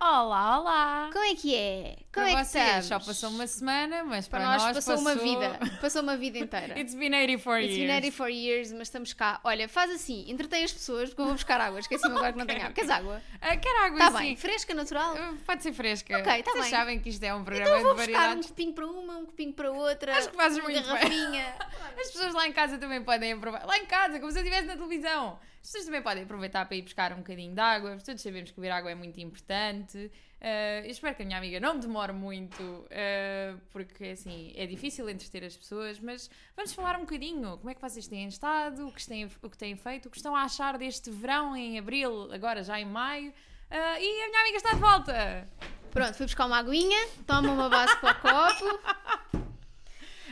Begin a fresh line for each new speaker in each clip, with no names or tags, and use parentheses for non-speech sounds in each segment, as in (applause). Olá, olá!
Como é que é? Como
para
é que
vocês,
estamos?
só passou uma semana, mas para,
Para nós, passou, uma
(laughs)
vida. Passou uma vida inteira.
It's been 84
It's been
years.
84 years, mas estamos cá. Olha, faz assim, entretém as pessoas porque eu vou buscar água. Esqueci-me agora que não tenho água. Queres água?
Ah, quero água,
Está
sim.
Tá bem, fresca, natural.
Ah, Pode ser fresca.
Ok, tá
Vocês
bem.
sabem que isto é um programa
Então vou
de
buscar um
variedades.
copinho para uma, um copinho para outra.
Acho que fazes
uma
muito bem.
garrafinha.
As pessoas lá em casa também podem aproveitar. Lá em casa, como se eu estivesse na televisão. As pessoas também podem aproveitar para ir buscar um bocadinho de água. Todos sabemos que beber água é muito importante. Ah, eu espero que a minha amiga não demore muito, ah, porque assim é difícil entreter as pessoas. Mas vamos falar um bocadinho. Como é que vocês têm estado? O que têm, o que têm feito? O que estão a achar deste verão em abril, agora já em maio? Ah, e a minha amiga está de volta!
Pronto, fui buscar uma aguinha, toma uma base para o
(laughs)
copo.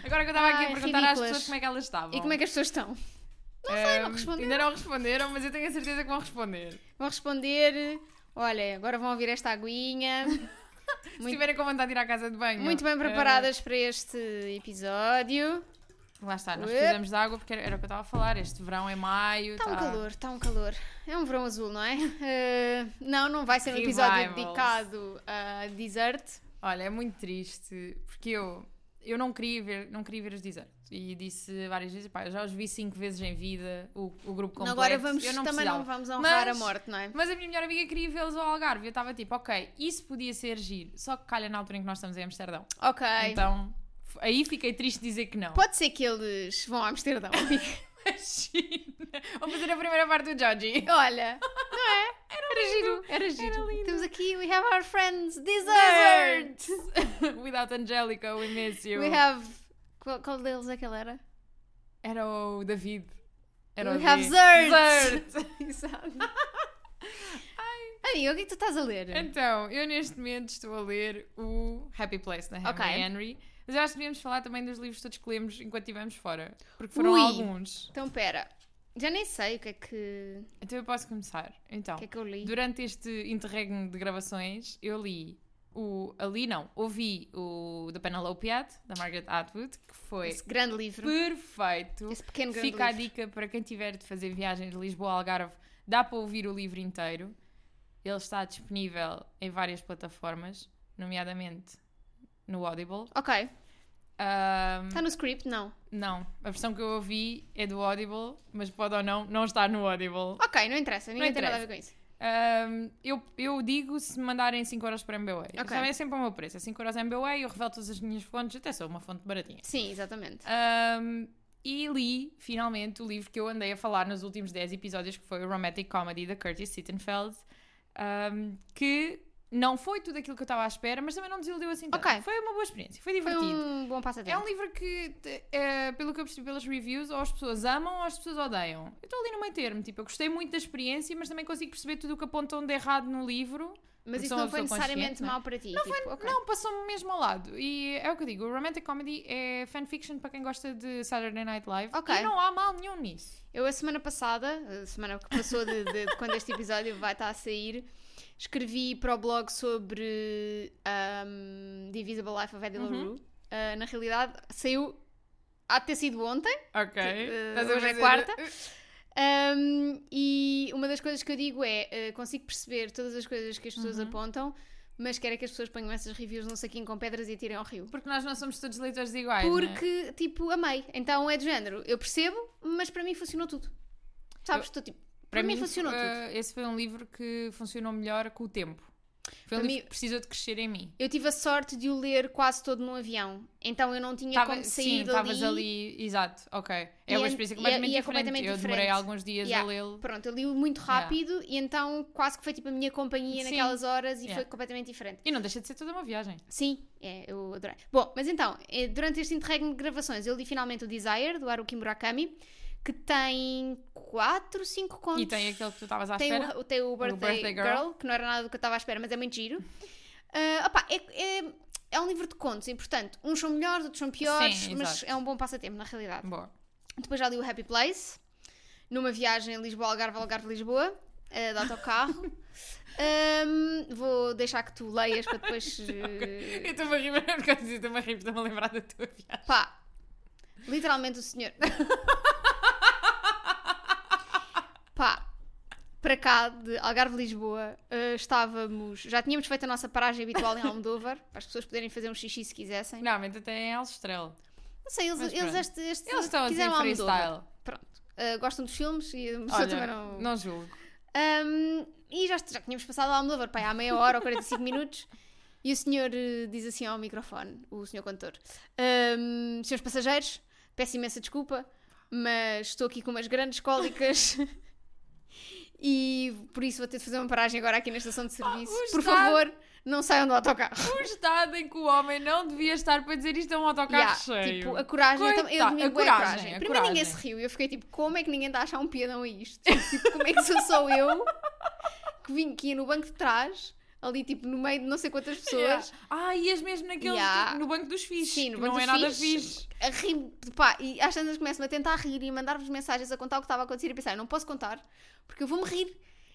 Agora que eu estava aqui a
Ai,
perguntar às
ridículas.
pessoas como é que elas estavam.
E como é que as pessoas estão?
não sei,
não responderam.
Ainda não responderam, mas eu tenho a certeza que vão responder.
Vão responder. Olha, agora vão ouvir esta
(laughs)
aguinha.
Se
Muito-
tiverem com vontade de ir à casa de banho.
Muito bem
Eh,
preparadas para este episódio.
lá está, nós
Ué.
precisamos de água porque era, era o que eu estava a falar. Este verão é maio.
Está um calor, está um calor. É um verão azul, não é? Eh, não, não vai ser um episódio
Revivals.
dedicado a desert.
Olha, é muito triste porque eu, eu não, queria ver, não queria ver os desertos. E disse várias vezes, pá, eu já os vi cinco vezes em vida, o, o grupo completo.
Agora vamos,
eu não
também
precisava.
não vamos honrar
Mas-
a morte, não é?
Mas a minha melhor amiga queria vê-los ao Algarve. Eu estava tipo, ok, isso podia ser giro. Só que calha na altura em que nós estamos em Amsterdão.
Ok.
Então, f- aí fiquei triste de dizer que não.
Pode ser que eles vão a Amsterdão.
(laughs) Imagina. Vou fazer a primeira parte do Georgie.
Olha, não é? Era giro, era giro.
lindo.
Temos aqui, we have our friends, desert.
(laughs) Without Angelica, we miss you.
We have. Qual, qual deles é que ele era?
Era o David. Era
we
o
have
David.
Zert. (laughs)
Zert. (laughs)
Exato. Amiga, o que é que tu estás a ler?
Então, eu neste momento estou a ler o Happy Place da Henry
Ok.
Henry. Mas eu acho que devíamos falar também dos livros todos que lemos enquanto estivemos fora. Porque foram
Ui.
alguns.
Então, pera. Já nem sei o que é que,
Então eu posso começar. Então,
o que, é que eu li.
Durante este interregno de gravações, eu li o. Ali não, ouvi o da Penelope Ad, da Margaret Atwood, que foi
Esse grande livro.
perfeito.
Esse pequeno grande
Fica a
livro.
dica para quem tiver de fazer viagens de Lisboa ao Algarve, dá para ouvir o livro inteiro. Ele está disponível em várias plataformas, nomeadamente no Audible.
Ok.
Ahm,
Está Tá no script? Não.
não, a versão que eu ouvi é do Audible, mas pode ou não não estar no Audible.
Ok, não interessa. Ninguém tem nada a
interessa.
ver com isso.
Um, eu, eu digo se me mandarem 5€ euros para MBA.
Ok.
Também é sempre o meu preço. É 5€ euros MBA, eu revelo todas as minhas fontes, até sou uma fonte baratinha.
Sim, exatamente.
Um, e li, finalmente, o livro que eu andei a falar nos últimos 10 episódios, que foi o Romantic Comedy, da Curtis Sittenfeld, um, que não foi tudo aquilo que eu estava à espera, mas também não desiludiu assim tanto.
Ok.
Foi uma boa experiência, foi
Foi
divertido.
um bom
É
passatempo.
um livro que, te- eh, pelo que eu percebi pelas reviews, ou as pessoas amam ou as pessoas odeiam. Eu estou ali no meio termo, tipo, eu gostei muito da experiência, mas também consigo perceber tudo o que apontam de errado no livro.
Mas
porque
isso
sou uma
não foi
pessoa
necessariamente
consciente, não é?
mau para ti. tipo, Não foi,
Não, passou-me mesmo ao lado. E é o que eu digo, o Romantic Comedy é fanfiction para quem gosta de Saturday Night Live.
Ok.
E não há mal nenhum nisso.
Eu, a semana passada, a semana que passou de, de- de quando este episódio vai estar a sair, escrevi para o blog sobre um, Divisible Life of Eddie
Uhum.
LaRue. Ah, na realidade, saiu. Há de ter sido ontem.
Ok.
Eh,
Estás a
hoje é
fazer-
quarta. Um, e uma das coisas que eu digo é: eh, consigo perceber todas as coisas que as
Uhum.
pessoas apontam, mas quero é que as pessoas ponham essas reviews num saquinho com pedras e atirem ao rio.
Porque nós não somos todos leitores iguais. não é?
Porque, tipo, amei. Então é de género. Eu percebo, mas para mim funcionou tudo. Sabes? Estou tipo. Para, mim, funcionou
eh,
tudo.
Esse foi um livro que funcionou melhor com o tempo.
Para
Foi um livro
mim-
que precisou de crescer em mim.
Eu tive a sorte de o ler quase todo num avião. Então eu não tinha
Tava-
como sair
sim,
dali.
estavas ali, exato, ok. É
E
uma
é-
experiência
e é-
completamente,
e é
diferente.
completamente
Eu demorei
diferente.
alguns dias
Yeah.
a lê-lo.
Pronto, eu li muito rápido e então quase que foi tipo a minha companhia
Sim.
naquelas horas e
Yeah.
foi completamente diferente.
E não deixa de ser toda uma viagem.
Sim, é, eu adorei. Bom, mas então, eh, durante este interregno de gravações, eu li finalmente o Desire, do Haruki Murakami, que tem 4, 5 contos.
E tem aquele que tu estavas à
tem
espera.
o, tem o Birthday,
Birthday
Girl,
Girl.
que não era nada do que eu estava à espera, mas é muito
(laughs)
giro. Ah, opá, é, é- é um livro de contos, e portanto, uns são melhores, outros são piores,
Sim,
mas
exato.
é um bom passatempo, na realidade.
Boa. (laughs)
Depois já li o Happy Place, numa viagem Lisboa-Algarve-Algarve-Lisboa, eh, de autocarro.
(laughs)
Ahm, vou deixar que tu leias para depois. eh,
Eu estou-me a rir, mas porque eu estou-me a rir, estou-me a lembrar da tua viagem.
Pá,
(laughs)
literalmente o senhor. Pá, para cá, de Algarve, Lisboa, eh, estávamos. Já tínhamos feito a nossa paragem habitual em Almodóvar, para as pessoas poderem fazer um xixi se quisessem. Não,
Finalmente até em Alstrel.
sei, eles,
Mas
eles
pronto.
este, este
Eles estão assim
quiseram Almodóvar.
freestyle.
Pronto. Eh, gostam dos filmes e a pessoa também
Olha,
não.
não... julgo.
Um, e já, já tínhamos passado ao Almodóvar, pai, há meia hora ou 45 minutos. E o senhor eh, diz assim ao microfone, o senhor condutor: "Ahm, Senhores passageiros, peço imensa desculpa, mas estou aqui com umas grandes cólicas (laughs) e por isso vou ter de fazer uma paragem agora aqui na estação de serviço.
vou
por
estar-
favor, não saiam do autocarro.
O estado em que o homem não devia estar para dizer isto é um autocarro
Yeah,
cheio.
tipo, a coragem, eu tam- eu
Coitado,
admiro
a
bué a
coragem,
coragem.
a
Primeiro ninguém se
coragem.
riu, eu fiquei tipo, como é que ninguém está a achar um piadão a isto? tipo, como é que sou só eu que vim que ia no banco de trás, ali tipo no meio de não sei quantas pessoas,
Yeah. Ah, ias mesmo naquele tipo,
Yeah.
no banco dos fichos.
Sim, no
que
banco
não
dos
é nada
fichos.
fixe.
a rir, pá, e às tantas começam a tentar rir e a mandar-vos mensagens a contar o que estava a acontecer e pensar, eu não posso contar, porque eu vou-me rir.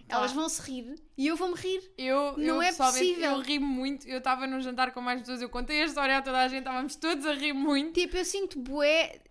Elas
Claro.
vão se rir e eu vou-me rir.
Eu,
Não
eu,
é
pessoalmente,
possível.
Eu ri muito. Eu estava num jantar com mais pessoas, eu contei a história a toda a gente, estávamos todos a rir muito.
Tipo, eu sinto bué.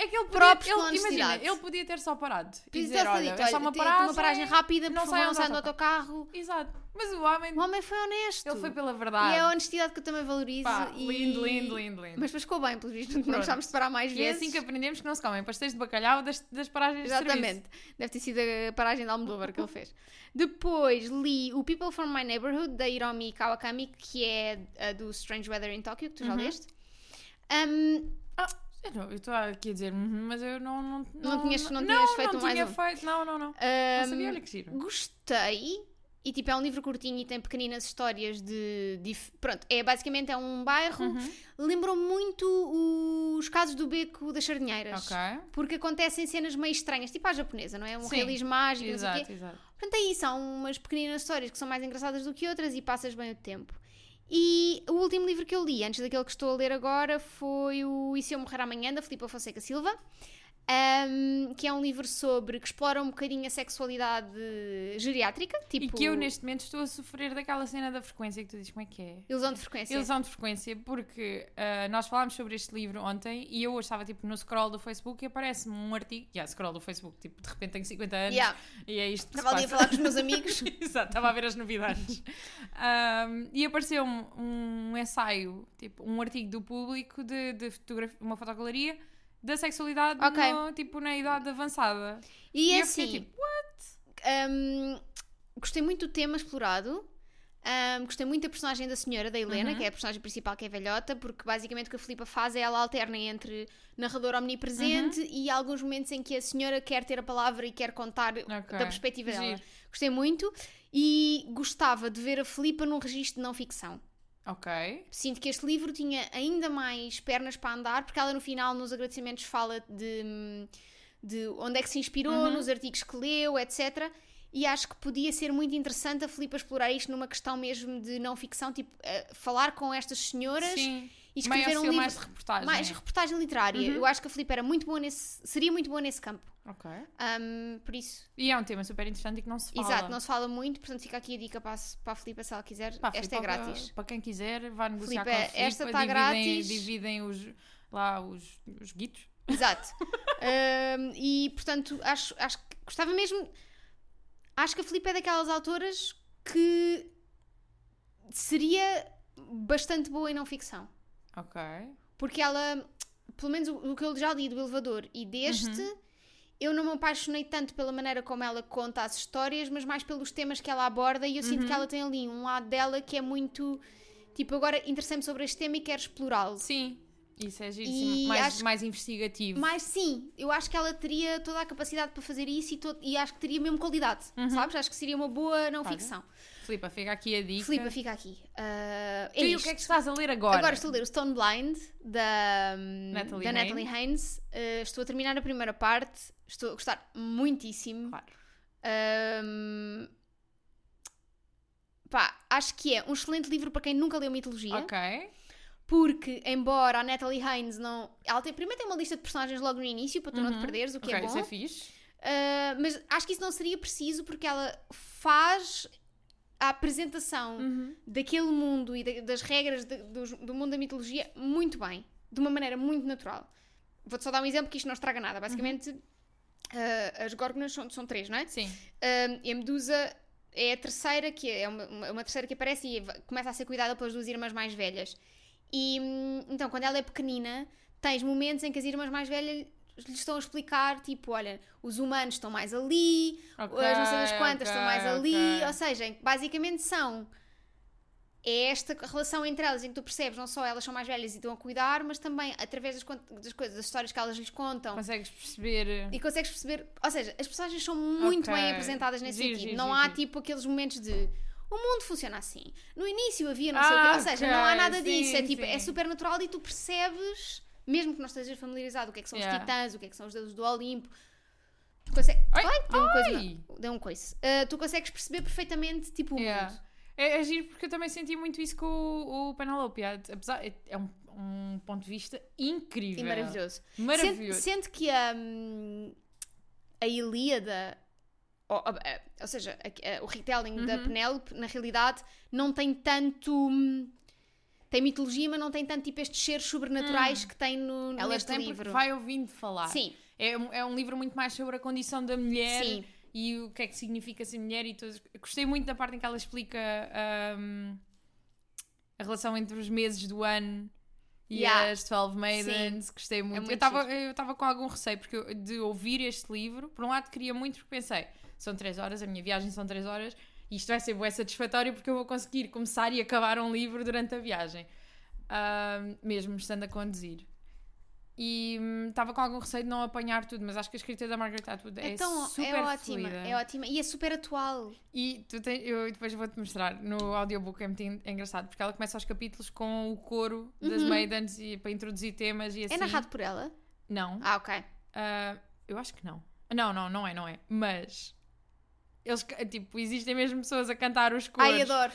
É que ele podia,
Próprios com
ele, imagina,
honestidade.
ele podia ter só parado. E
Podia
dizer,
ter-se
olha,
dito,
é só
"Olha,
uma
tem aqui
paragem.
rápida, por
não
favor,
saiam
não
do
saiam do autocarro.
Exato. Mas o homem,
O homem foi honesto.
ele foi pela
E
verdade.
é a honestidade que eu também valorizo.
Pá,
e...
lindo, lindo, lindo, lindo.
Mas depois ficou bem, pelo visto, não
Pronto.
precisávamos separar mais
e é
vezes.
assim que aprendemos que não se comem pastéis de bacalhau das, das paragens de serviço.
Exatamente. Deve ter sido a paragem de Almodóvar que ele fez. Depois li o People from My Neighborhood, da Hiromi Kawakami, que é a do Strange Weather in Tokyo, que tu já
Uhum.
leste. Um,
Eu não- eu estou aqui a dizer, "Uhum", mas eu não... Não,
tinhas- não
não
tinhas feito
não
mais
tinha
um.
feito, não, não, não.
um,
não sabia, olha que giro.
Gostei. E tipo, é um livro curtinho e tem pequeninas histórias de. dif- Pronto, é basicamente é um bairro.
Uhum.
Lembrou muito os casos do beco das sardinheiras.
Ok.
Porque acontecem cenas meio estranhas, tipo à japonesa, não é? Um
Sim,
realismo mágico, não sei o quê.
Exato, exato.
Portanto, é isso. Há umas pequeninas histórias que são mais engraçadas do que outras e passas bem o tempo. E o último livro que eu li, antes daquele que estou a ler agora, foi o E Se Eu Morrer Amanhã, da Filipa Fonseca Silva, ahm, que é um livro sobre, que explora um bocadinho a sexualidade geriátrica, tipo...
E que eu neste momento estou a sofrer daquela cena da frequência que tu dizes, como é que é?
Ilusão de frequência.
Ilusão de frequência, porque ah, nós falámos sobre este livro ontem e eu hoje estava tipo no scroll do Facebook e aparece-me um artigo, e yeah, scroll do Facebook, tipo de repente tenho 50 anos
Yeah.
e é isto que se
Estava ali a
passa.
falar
(laughs)
com os meus amigos.
Exato, estava a ver as novidades. Ahm, e apareceu-me um ensaio, tipo, um artigo do público de, de fotogra- uma fotogaleria da sexualidade
Ok.
no- tipo, na idade avançada.
E,
eu
assim...
fiquei tipo,
Um, gostei muito do tema explorado. Um, gostei muito da personagem da senhora, da Helena, que é a personagem principal, que é velhota, porque basicamente o que a Filipa faz é ela alterna entre narrador omnipresente e alguns momentos em que a senhora quer ter a palavra e quer contar da perspectiva dela.
Giro.
Gostei muito e gostava de ver a Filipa num registro de não ficção.
ok.
Sinto que este livro tinha ainda mais pernas para andar, porque ela no final, nos agradecimentos, fala de, de onde é que se inspirou,
Uhum.
nos artigos que leu, etc. E acho que podia ser muito interessante a Filipa explorar isto numa questão mesmo de não ficção, tipo, eh, falar com estas senhoras
Sim.
e
Maior
escrever um
estilo,
livro.
mais de reportagem. Uhum.
mais reportagem literária. Eu acho que a Filipa era muito boa nesse, seria muito boa nesse campo.
Ok.
Ahm, por isso,
E é um tema super interessante e que não se fala.
exato, não se fala muito, portanto fica aqui a dica para, a- para a Filipa se ela quiser.
Pá,
esta
Filipe,
é grátis.
Para, para quem quiser, vá negociar
Filipe,
com a Filipe.
esta tá
dividem,
grátis.
Dividem os, lá os, os guitos.
Exato. (laughs) Ahm, e portanto, acho, acho que gostava mesmo. Acho que a Filipe é daquelas autoras que seria bastante boa em não ficção.
Ok.
Porque ela, pelo menos o, o que eu já li do Elevador e deste, eu não me apaixonei tanto pela maneira como ela conta as histórias, mas mais pelos temas que ela aborda. E eu sinto que ela tem ali um lado dela que é muito tipo, agora interessei-me sobre este tema e quero explorá-lo.
Sim. Isso é
E
giríssimo. Mais,
acho-
mais investigativo.
Mas sim, eu acho que ela teria toda a capacidade para fazer isso e, to- e acho que teria mesmo qualidade, sabes? Acho que seria uma boa não
Uhum. Olha,
ficção.
Filipa, fica aqui a dica.
Filipa, fica aqui. Ah, é
tu e o
isto.
que é que estás a ler agora?
Agora estou a ler o Stone Blind da, hum,
Natalie
da
Haynes.
Natalie Haynes. Ah, estou a terminar a primeira parte. Estou a gostar muitíssimo.
Claro.
Ahm, pá, acho que é um excelente livro para quem nunca leu mitologia.
Ok.
Porque, embora a Natalie Haynes não. Ela tem, primeiro tem uma lista de personagens logo no início para tu não te
Uhum.
perderes, o que
ok,
é bom.
isso é fixe.
Uh, mas acho que isso não seria preciso porque ela faz a apresentação
Uhum.
daquele mundo e da- das regras de- dos- do, mundo da mitologia muito bem, de uma maneira muito natural. Vou-te só dar um exemplo que isto não estraga nada. Basicamente, ah, as górgonas são, são três, não é?
Sim.
Ah, e a medusa é a terceira que é uma, uma- uma terceira que aparece e va- começa a ser cuidada pelas duas irmãs mais velhas. E hum, então, quando ela é pequenina, tens momentos em que as irmãs mais velhas lhes estão a explicar, tipo, olha, os humanos estão mais ali,
Ok,
as não sei das quantas estão
ok,
mais ali,
ok.
ou seja, em que basicamente são é esta relação entre elas em que tu percebes não só elas são mais velhas e estão a cuidar, mas também através das, cont- das coisas, das histórias que elas lhes contam
Consegues perceber.
e consegues perceber, ou seja, as personagens são muito
Ok.
bem apresentadas nesse
Giro,
sentido.
giro,
não
giro,
há
giro.
tipo aqueles momentos de o mundo funciona assim. No início havia não sei o
Ah,
quê, ou seja, não há
ok,
nada
sim,
disso. É tipo, é
sim.
super natural e tu percebes, mesmo que não estejas familiarizado, o que é que são os
Yeah.
titãs, o que é que são os deuses do Olimpo. Tu consegues.
Ai,
Ai, deu um coisa.
ai.
na- Deu um coisa. Ah, tu consegues perceber perfeitamente, tipo, o
Yeah.
mundo.
É, é giro porque eu também senti muito isso com o, o Penelope. Apesar, é, é um, um ponto de vista incrível.
E É maravilhoso. Sente,
Maravilhoso.
sente que a, hum, a Ilíada, ou, a- a- ou seja, a- a- o retelling da
Uhum.
Penélope, na realidade, não tem tanto. hum, Tem mitologia, mas não tem tanto tipo estes seres sobrenaturais que tem no,
Elas
neste
têm Hum. porque
livro.
vai ouvindo falar.
Sim,
É, um- é um livro muito mais sobre a condição da mulher
sim.
e o que é que significa ser mulher e todas. Gostei muito da parte em que ela explica hum, a relação entre os meses do ano e
Yeah.
as 12 Maidens. Gostei muito.
muito
eu estava eu estava com algum receio porque eu- de ouvir este livro. Por um lado, queria muito porque pensei: são 3 horas, a minha viagem são 3 horas. e Isto vai ser bem satisfatório porque eu vou conseguir começar e acabar um livro durante a viagem, Hum, mesmo estando a conduzir. E hum, estava com algum receio de não apanhar tudo, mas acho que a escrita da Margaret Atwood é
então,
super
é ótima,
fluida.
é ótima. E é super atual.
E tu tens- eu depois vou-te mostrar no audiobook, é muito en- é engraçado, porque ela começa os capítulos com o coro das maidens e, para introduzir temas e assim.
Uhum. É narrado por ela?
Não.
Ah, ok.
Ah, eu acho que não. Não, não, não é, não é. Mas eles, ca- tipo, existem mesmo pessoas a cantar os coros.
Ai, adoro.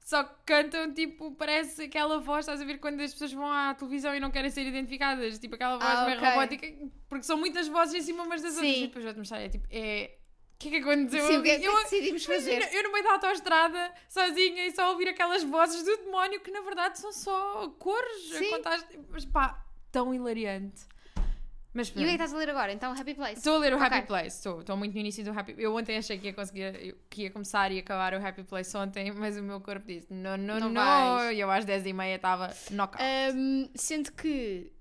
Só que cantam, tipo, parece aquela voz, estás a ver quando as pessoas vão à televisão e não querem ser identificadas, tipo aquela voz
Ah,
meio
ok.
robótica, porque são muitas vozes em cima umas das outras.
Sim.
E depois vou-te mostrar, é tipo, é. O que é que aconteceu?
Sim,
ali?
o que é que
Eu-
decidimos fazer?
Imagina, eu no meio da autoestrada, sozinha, e só ouvir aquelas vozes do demónio que na verdade são só cores. a
Sim.
contar- Mas pá, tão hilariante. Mas
E o que é que
pronto.
estás a ler agora? Então, Happy Place.
Estou a ler o Happy
Ok.
Place, estou, estou muito no início do Happy Eu ontem achei que ia conseguir, que ia começar e acabar o Happy Place ontem, mas o meu corpo disse: não, não, Ah,
Não
não.
vais.
E eu às 10h30 estava knockout.
Ahm, Hum, sendo que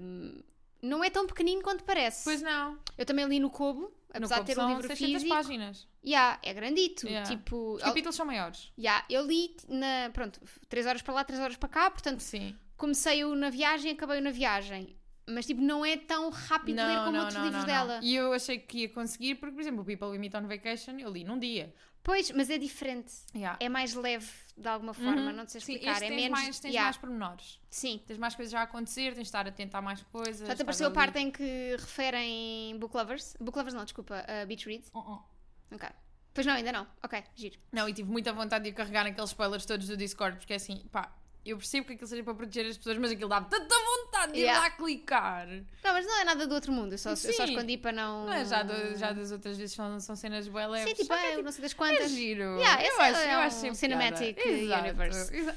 ahm, não é tão pequenino quanto parece.
pois não,
Eu também li no Kobo,
no
apesar de
Cobo
ter um
são
livro
600
físico.
páginas.
Yeah, é grandito.
Yeah.
Tipo,
Os capítulos são maiores.
yeah, eu li na, pronto, 3 horas para lá, 3 horas para cá, portanto,
Sim.
comecei-o na viagem, acabei-o na viagem. Mas tipo, não é tão rápido de ler como outros livros dela.
E eu achei que ia conseguir, porque, por exemplo, o People We Meet on Vacation eu li num dia.
Pois, mas é diferente.
Yeah.
É mais leve de alguma forma, não te sei
Uhum. Sim,
explicar.
este
é
tens
menos.
mais, tens
yeah,
mais pormenores.
Sim.
Tens mais coisas a acontecer, tens de estar atento a mais coisas.
Já te
estás
apareceu a
ali.
parte em que referem Book Lovers? Book Lovers não, desculpa, uh, Beach Read.
Oh, oh.
Ok. Pois não, ainda não. Ok, giro.
Não, e tive muita vontade de carregar aqueles spoilers todos do Discord, porque assim, pá, eu percebo que aquilo seja para proteger as pessoas, mas aquilo dá-me tanta vontade de
Yeah.
ir lá clicar.
Não, mas não é nada do outro mundo. Eu só, eu só
Sim.
escondi para não.
Não é? Já, do- já das outras vezes são, são cenas bué
Hum.
leves.
Sim, tipo,
Só que
ah,
é tipo,
não sei das
é
quantas.
giro.
Yeah,
eu
esse
acho,
é
eu
um
acho sempre
cinematic
piada. Exato,
universe.
exa-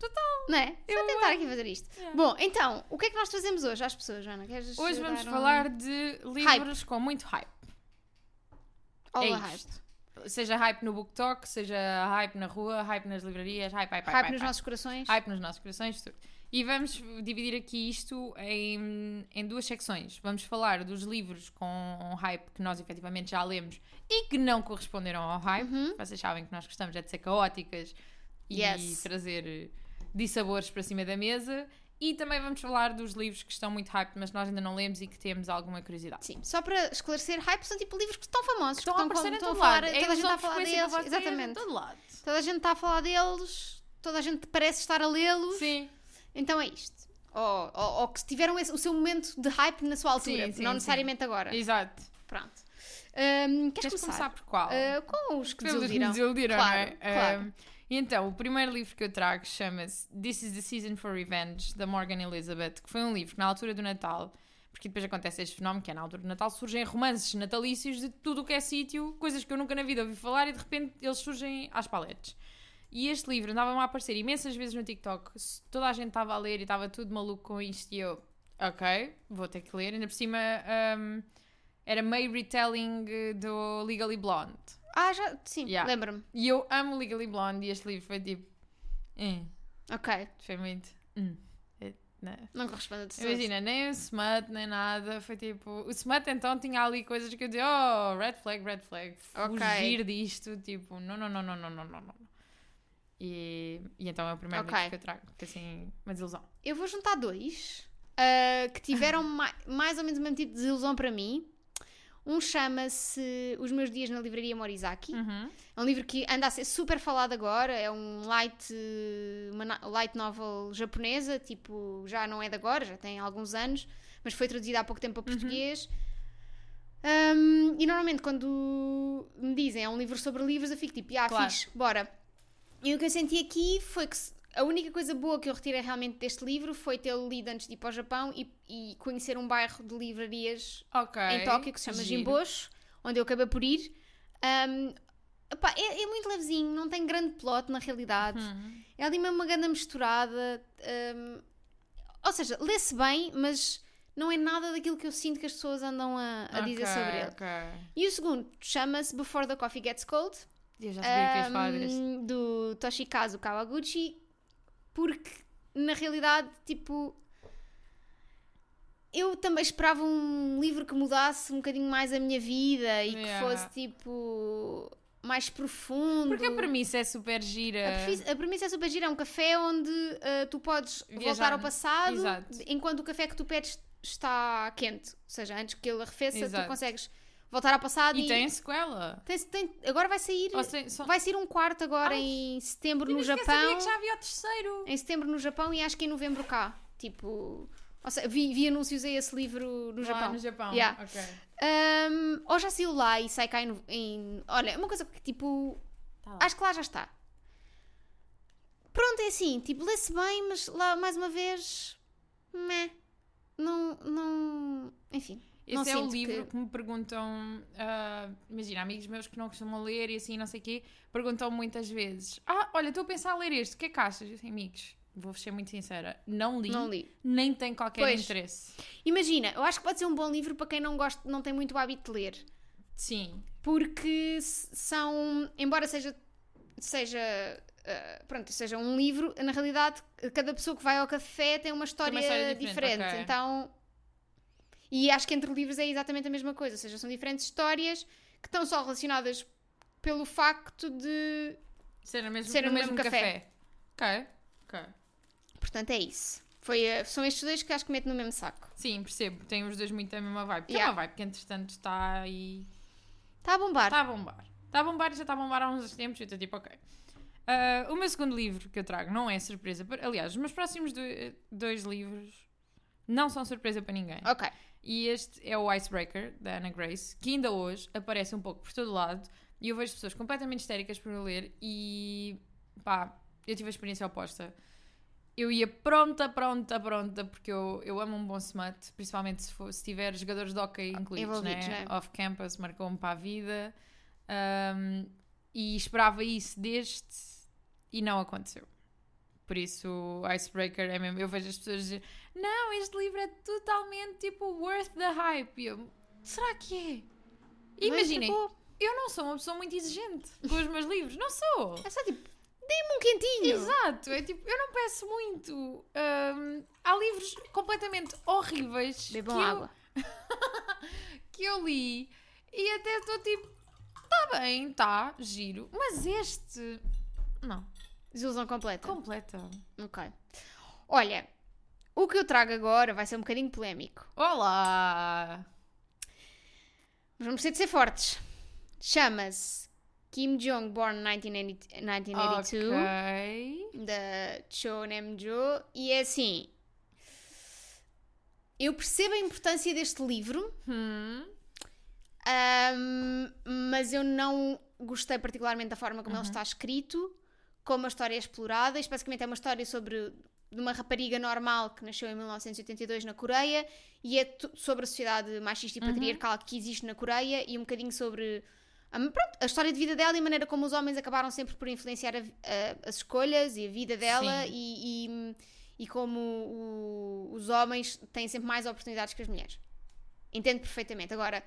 Total.
Não é? Só tentar aqui fazer isto.
Yeah.
Bom, então, o que é que nós trazemos hoje às pessoas, Joana? Queres
Hoje
dar
vamos
um-
falar de livros com muito hype.
All
é
the hype.
isto. Seja hype no BookTok, seja hype na rua, hype nas livrarias, hype, hype, hype.
Hype
hype,
nos
hype.
nossos corações.
Hype nos nossos corações, tudo. E vamos dividir aqui isto em, em duas secções. Vamos falar dos livros com um hype que nós efetivamente já lemos e que não corresponderam ao hype. Vocês sabem que nós gostamos é de ser caóticas e
Uhum. Yes.
trazer eh, dissabores para cima da mesa. E também vamos falar dos livros que estão muito hype, mas nós ainda não lemos e que temos alguma curiosidade.
Sim, só para esclarecer, hype são tipo livros que estão famosos,
Estão
que
a aparecer
com-
em
estão
todo
falar,
lado. É
toda a gente
ilusão
está a
de
falar
frequência
deles.
vocês, Em
Exatamente.
todo lado.
Toda a gente está a falar deles, toda a gente parece estar a lê-los.
Sim.
Então é isto. Ou, ou, ou que tiveram esse- o seu momento de hype na sua altura,
Sim, sim,
não
sim.
necessariamente agora.
Exato.
Pronto. Hum, queres
Queres
começar?
começar por qual?
Ah, com os que
Pelos que
desiludiram.
me desiludiram,
Claro,
não é?
claro.
Um, e então, o primeiro livro que eu trago chama-se This is the Season for Revenge, da Morgan Elizabeth, que foi um livro que na altura do Natal, porque depois acontece este fenómeno que é na altura do Natal, surgem romances natalícios de tudo o que é sítio, coisas que eu nunca na vida ouvi falar e de repente eles surgem às paletes. E este livro andava-me a aparecer imensas vezes no TikTok, s- toda a gente estava a ler e estava tudo maluco com isto e eu, ok, vou ter que ler, ainda por cima... um, Era meio retelling eh, do Legally Blonde.
Ah, já. Sim,
Yeah.
lembro-me.
E eu amo Legally Blonde e este livro foi tipo. eh,
Hum. Ok.
foi muito. hum, eh, né.
Não corresponde a todos.
Imagina, nem o smut, nem nada. Foi tipo. O smut então tinha ali coisas que eu dizia, oh, red flag, red flag.
Ok.
Fugir disto, tipo, não, não, não, não, não, não, não. não. E, e então é o primeiro
Ok.
livro que eu trago, que assim, uma desilusão.
Eu vou juntar dois ah, que tiveram mai- mais ou menos o mesmo tipo de desilusão para mim. Um chama-se Os Meus Dias na Livraria Morizaki.
Uhum.
É um livro que anda a ser super falado agora. É um light, eh, uma na- light novel japonesa, tipo, já não é de agora, já tem alguns anos, mas foi traduzida há pouco tempo para português. Um, e normalmente quando me dizem é um livro sobre livros, eu fico tipo, ah,
Claro.
fixe, bora. E o que eu senti aqui foi que se- a única coisa boa que eu retirei realmente deste livro foi tê-lo lido antes de ir para o Japão e, e conhecer um bairro de livrarias
Ok.
em Tóquio Então, que se chama
Giro.
Jimbocho, onde eu acabei por ir. Um, epá, é, é muito levezinho, não tem grande plot na realidade.
Uhum.
É ali mesmo uma grande misturada. um, ou seja, lê-se bem, mas não é nada daquilo que eu sinto que as pessoas andam a, a dizer
Ok,
sobre ele.
ok.
E o segundo chama-se Before the Coffee Gets Cold,
Eu já sabia que ias falar
um,
deste.
do Toshikazu Kawaguchi, porque na realidade, tipo, eu também esperava um livro que mudasse um bocadinho mais a minha vida e que
Yeah.
fosse, tipo, mais profundo.
Porque a premissa é super gira.
A prefi- a premissa é super gira, é um café onde ah, tu podes voltar
Viajar.
ao passado
Exato.
enquanto o café que tu pedes está quente. Ou seja, antes que ele arrefeça, tu
Exato.
consegues voltar ao passado e,
E tem sequela.
tem- tem- agora vai sair
Ou se- só-
vai sair um quarto agora
Ai,
em setembro no
Eu nem sequer sabia
Japão
que já havia o terceiro.
em setembro no Japão e acho que em novembro cá tipo ou seja, vi, vi anúncios a esse livro no
Lá
Japão
é? no Japão.
Yeah.
Ok.
Ahm, ou já saiu lá e sai cá em, no- em- olha, uma coisa que tipo
Tá lá.
acho que lá já está pronto, é assim, tipo, lê-se bem mas lá mais uma vez meh, não não, enfim, não
Esse é o
sinto
livro
que-
que, me perguntam, ah, imagina, amigos meus que não costumam ler e assim, não sei o quê, perguntam muitas vezes: Ah, olha, estou a pensar em ler este, o que é que achas? Eu assim, amigos, vou ser muito sincera, não li,
não li
nem tem qualquer
Pois.
interesse.
imagina, eu acho que pode ser um bom livro para quem não gosta, não tem muito hábito de ler
Sim,
porque s- são, embora seja, seja ah, pronto, seja um livro, na realidade cada pessoa que vai ao café tem uma história,
história
diferente,
diferente, ok.
então e acho que entre livros é exatamente a mesma coisa, ou seja, são diferentes histórias que estão só relacionadas pelo facto de
ser o mesmo,
Ser
no
o mesmo
café. Ok, ok.
portanto é isso Foi, ah, são estes dois que acho que meto no mesmo saco
Sim, percebo, tem os dois muito a mesma vibe. Que
Yeah.
é uma vibe que, entretanto, está aí.
está Tá a bombar
Está Tá a bombar. Está a bombar, já está a bombar há uns tempos. Eu estou tipo, ok. Ah, o meu segundo livro que eu trago não é surpresa. para- Aliás, os meus próximos do- dois livros não são surpresa para ninguém.
ok,
E este é o Icebreaker, da Anna Grace, que ainda hoje aparece um pouco por todo lado. E eu vejo pessoas completamente histéricas por eu ler. E pá, eu tive a experiência oposta. Eu ia pronta, pronta, pronta, porque eu, eu amo um bom smut, principalmente se, for- se tiver jogadores de hockey incluídos,
envolvidos,
né?
né?
Off-campus, marcou-me para a vida. Um, e esperava isso deste e não aconteceu. Por isso, Icebreaker é mesmo. Eu vejo as pessoas dizer: Não, este livro é totalmente tipo worth the hype. E eu, será que é?
Mas tipo,
Imaginem,
acabou.
eu não sou uma pessoa muito exigente com os meus livros,
(laughs)
não sou.
é só tipo dê-me um quentinho
Exato, é tipo, eu não peço muito. Hum, há livros completamente horríveis que
bebam
eu,
água
que eu li e até estou tipo, tá bem, tá, giro, mas este, não,
desilusão completa
completa.
Ok. Olha, o que eu trago agora vai ser um bocadinho polémico.
Olá!
Mas vamos ter de ser fortes. Chama-se Kim Jong Born 1980 1982,
Ok.
da Cho Namjo, e é assim. Eu percebo a importância deste livro,
Hum,
ahm, mas eu não gostei particularmente da forma como ele está escrito, como a história é explorada. Isto basicamente é uma história sobre de uma rapariga normal que nasceu em 1982 na Coreia e é tu- sobre a sociedade machista e patriarcal que existe na Coreia e um bocadinho sobre a, pronto, a história de vida dela e a maneira como os homens acabaram sempre por influenciar a vi- a- as escolhas e a vida dela
Sim.
e, e, e como o- os homens têm sempre mais oportunidades que as mulheres. Entendo perfeitamente. Agora,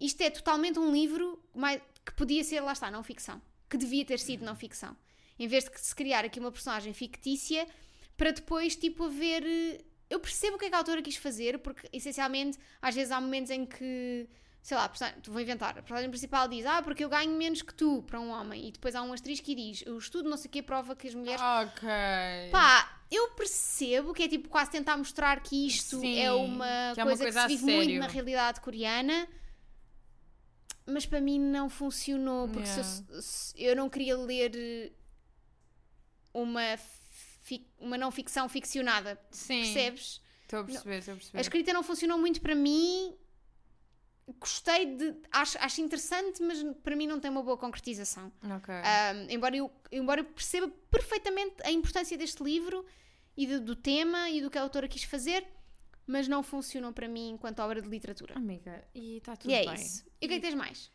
Isto é totalmente um livro mais- que podia ser, lá está, não ficção. Que devia ter sido não ficção. Em vez de que se criar aqui uma personagem fictícia para depois, tipo, haver. eh, Eu percebo o que é que a autora quis fazer, porque essencialmente, às vezes há momentos em que. Sei lá, a personagem- vou inventar. A personagem principal diz: Ah, porque eu ganho menos que tu para um homem. E depois há um asterisco que diz: Eu estudo não sei o que, prova que as mulheres
Ok.
Pá,
É.
eu percebo que é tipo quase tentar mostrar que isto
Sim,
é uma
que é uma
coisa, que
coisa
se
a
vive
sério.
muito na realidade coreana, mas para mim não funcionou porque se eu-
Yeah.
se- eu, não queria ler eh, uma, fi- uma não ficção ficcionada,
Sim.
percebes?
Estou a perceber, estou a perceber.
A escrita não funcionou muito para mim. Gostei de. Acho, acho interessante, mas para mim não tem uma boa concretização.
Ok.
Um, embora, eu, embora eu perceba perfeitamente a importância deste livro e do, do tema e do que a autora quis fazer, mas não funcionou para mim enquanto obra de literatura.
Amiga, e está tudo
e é
bem.
isso. E o que é que tens mais?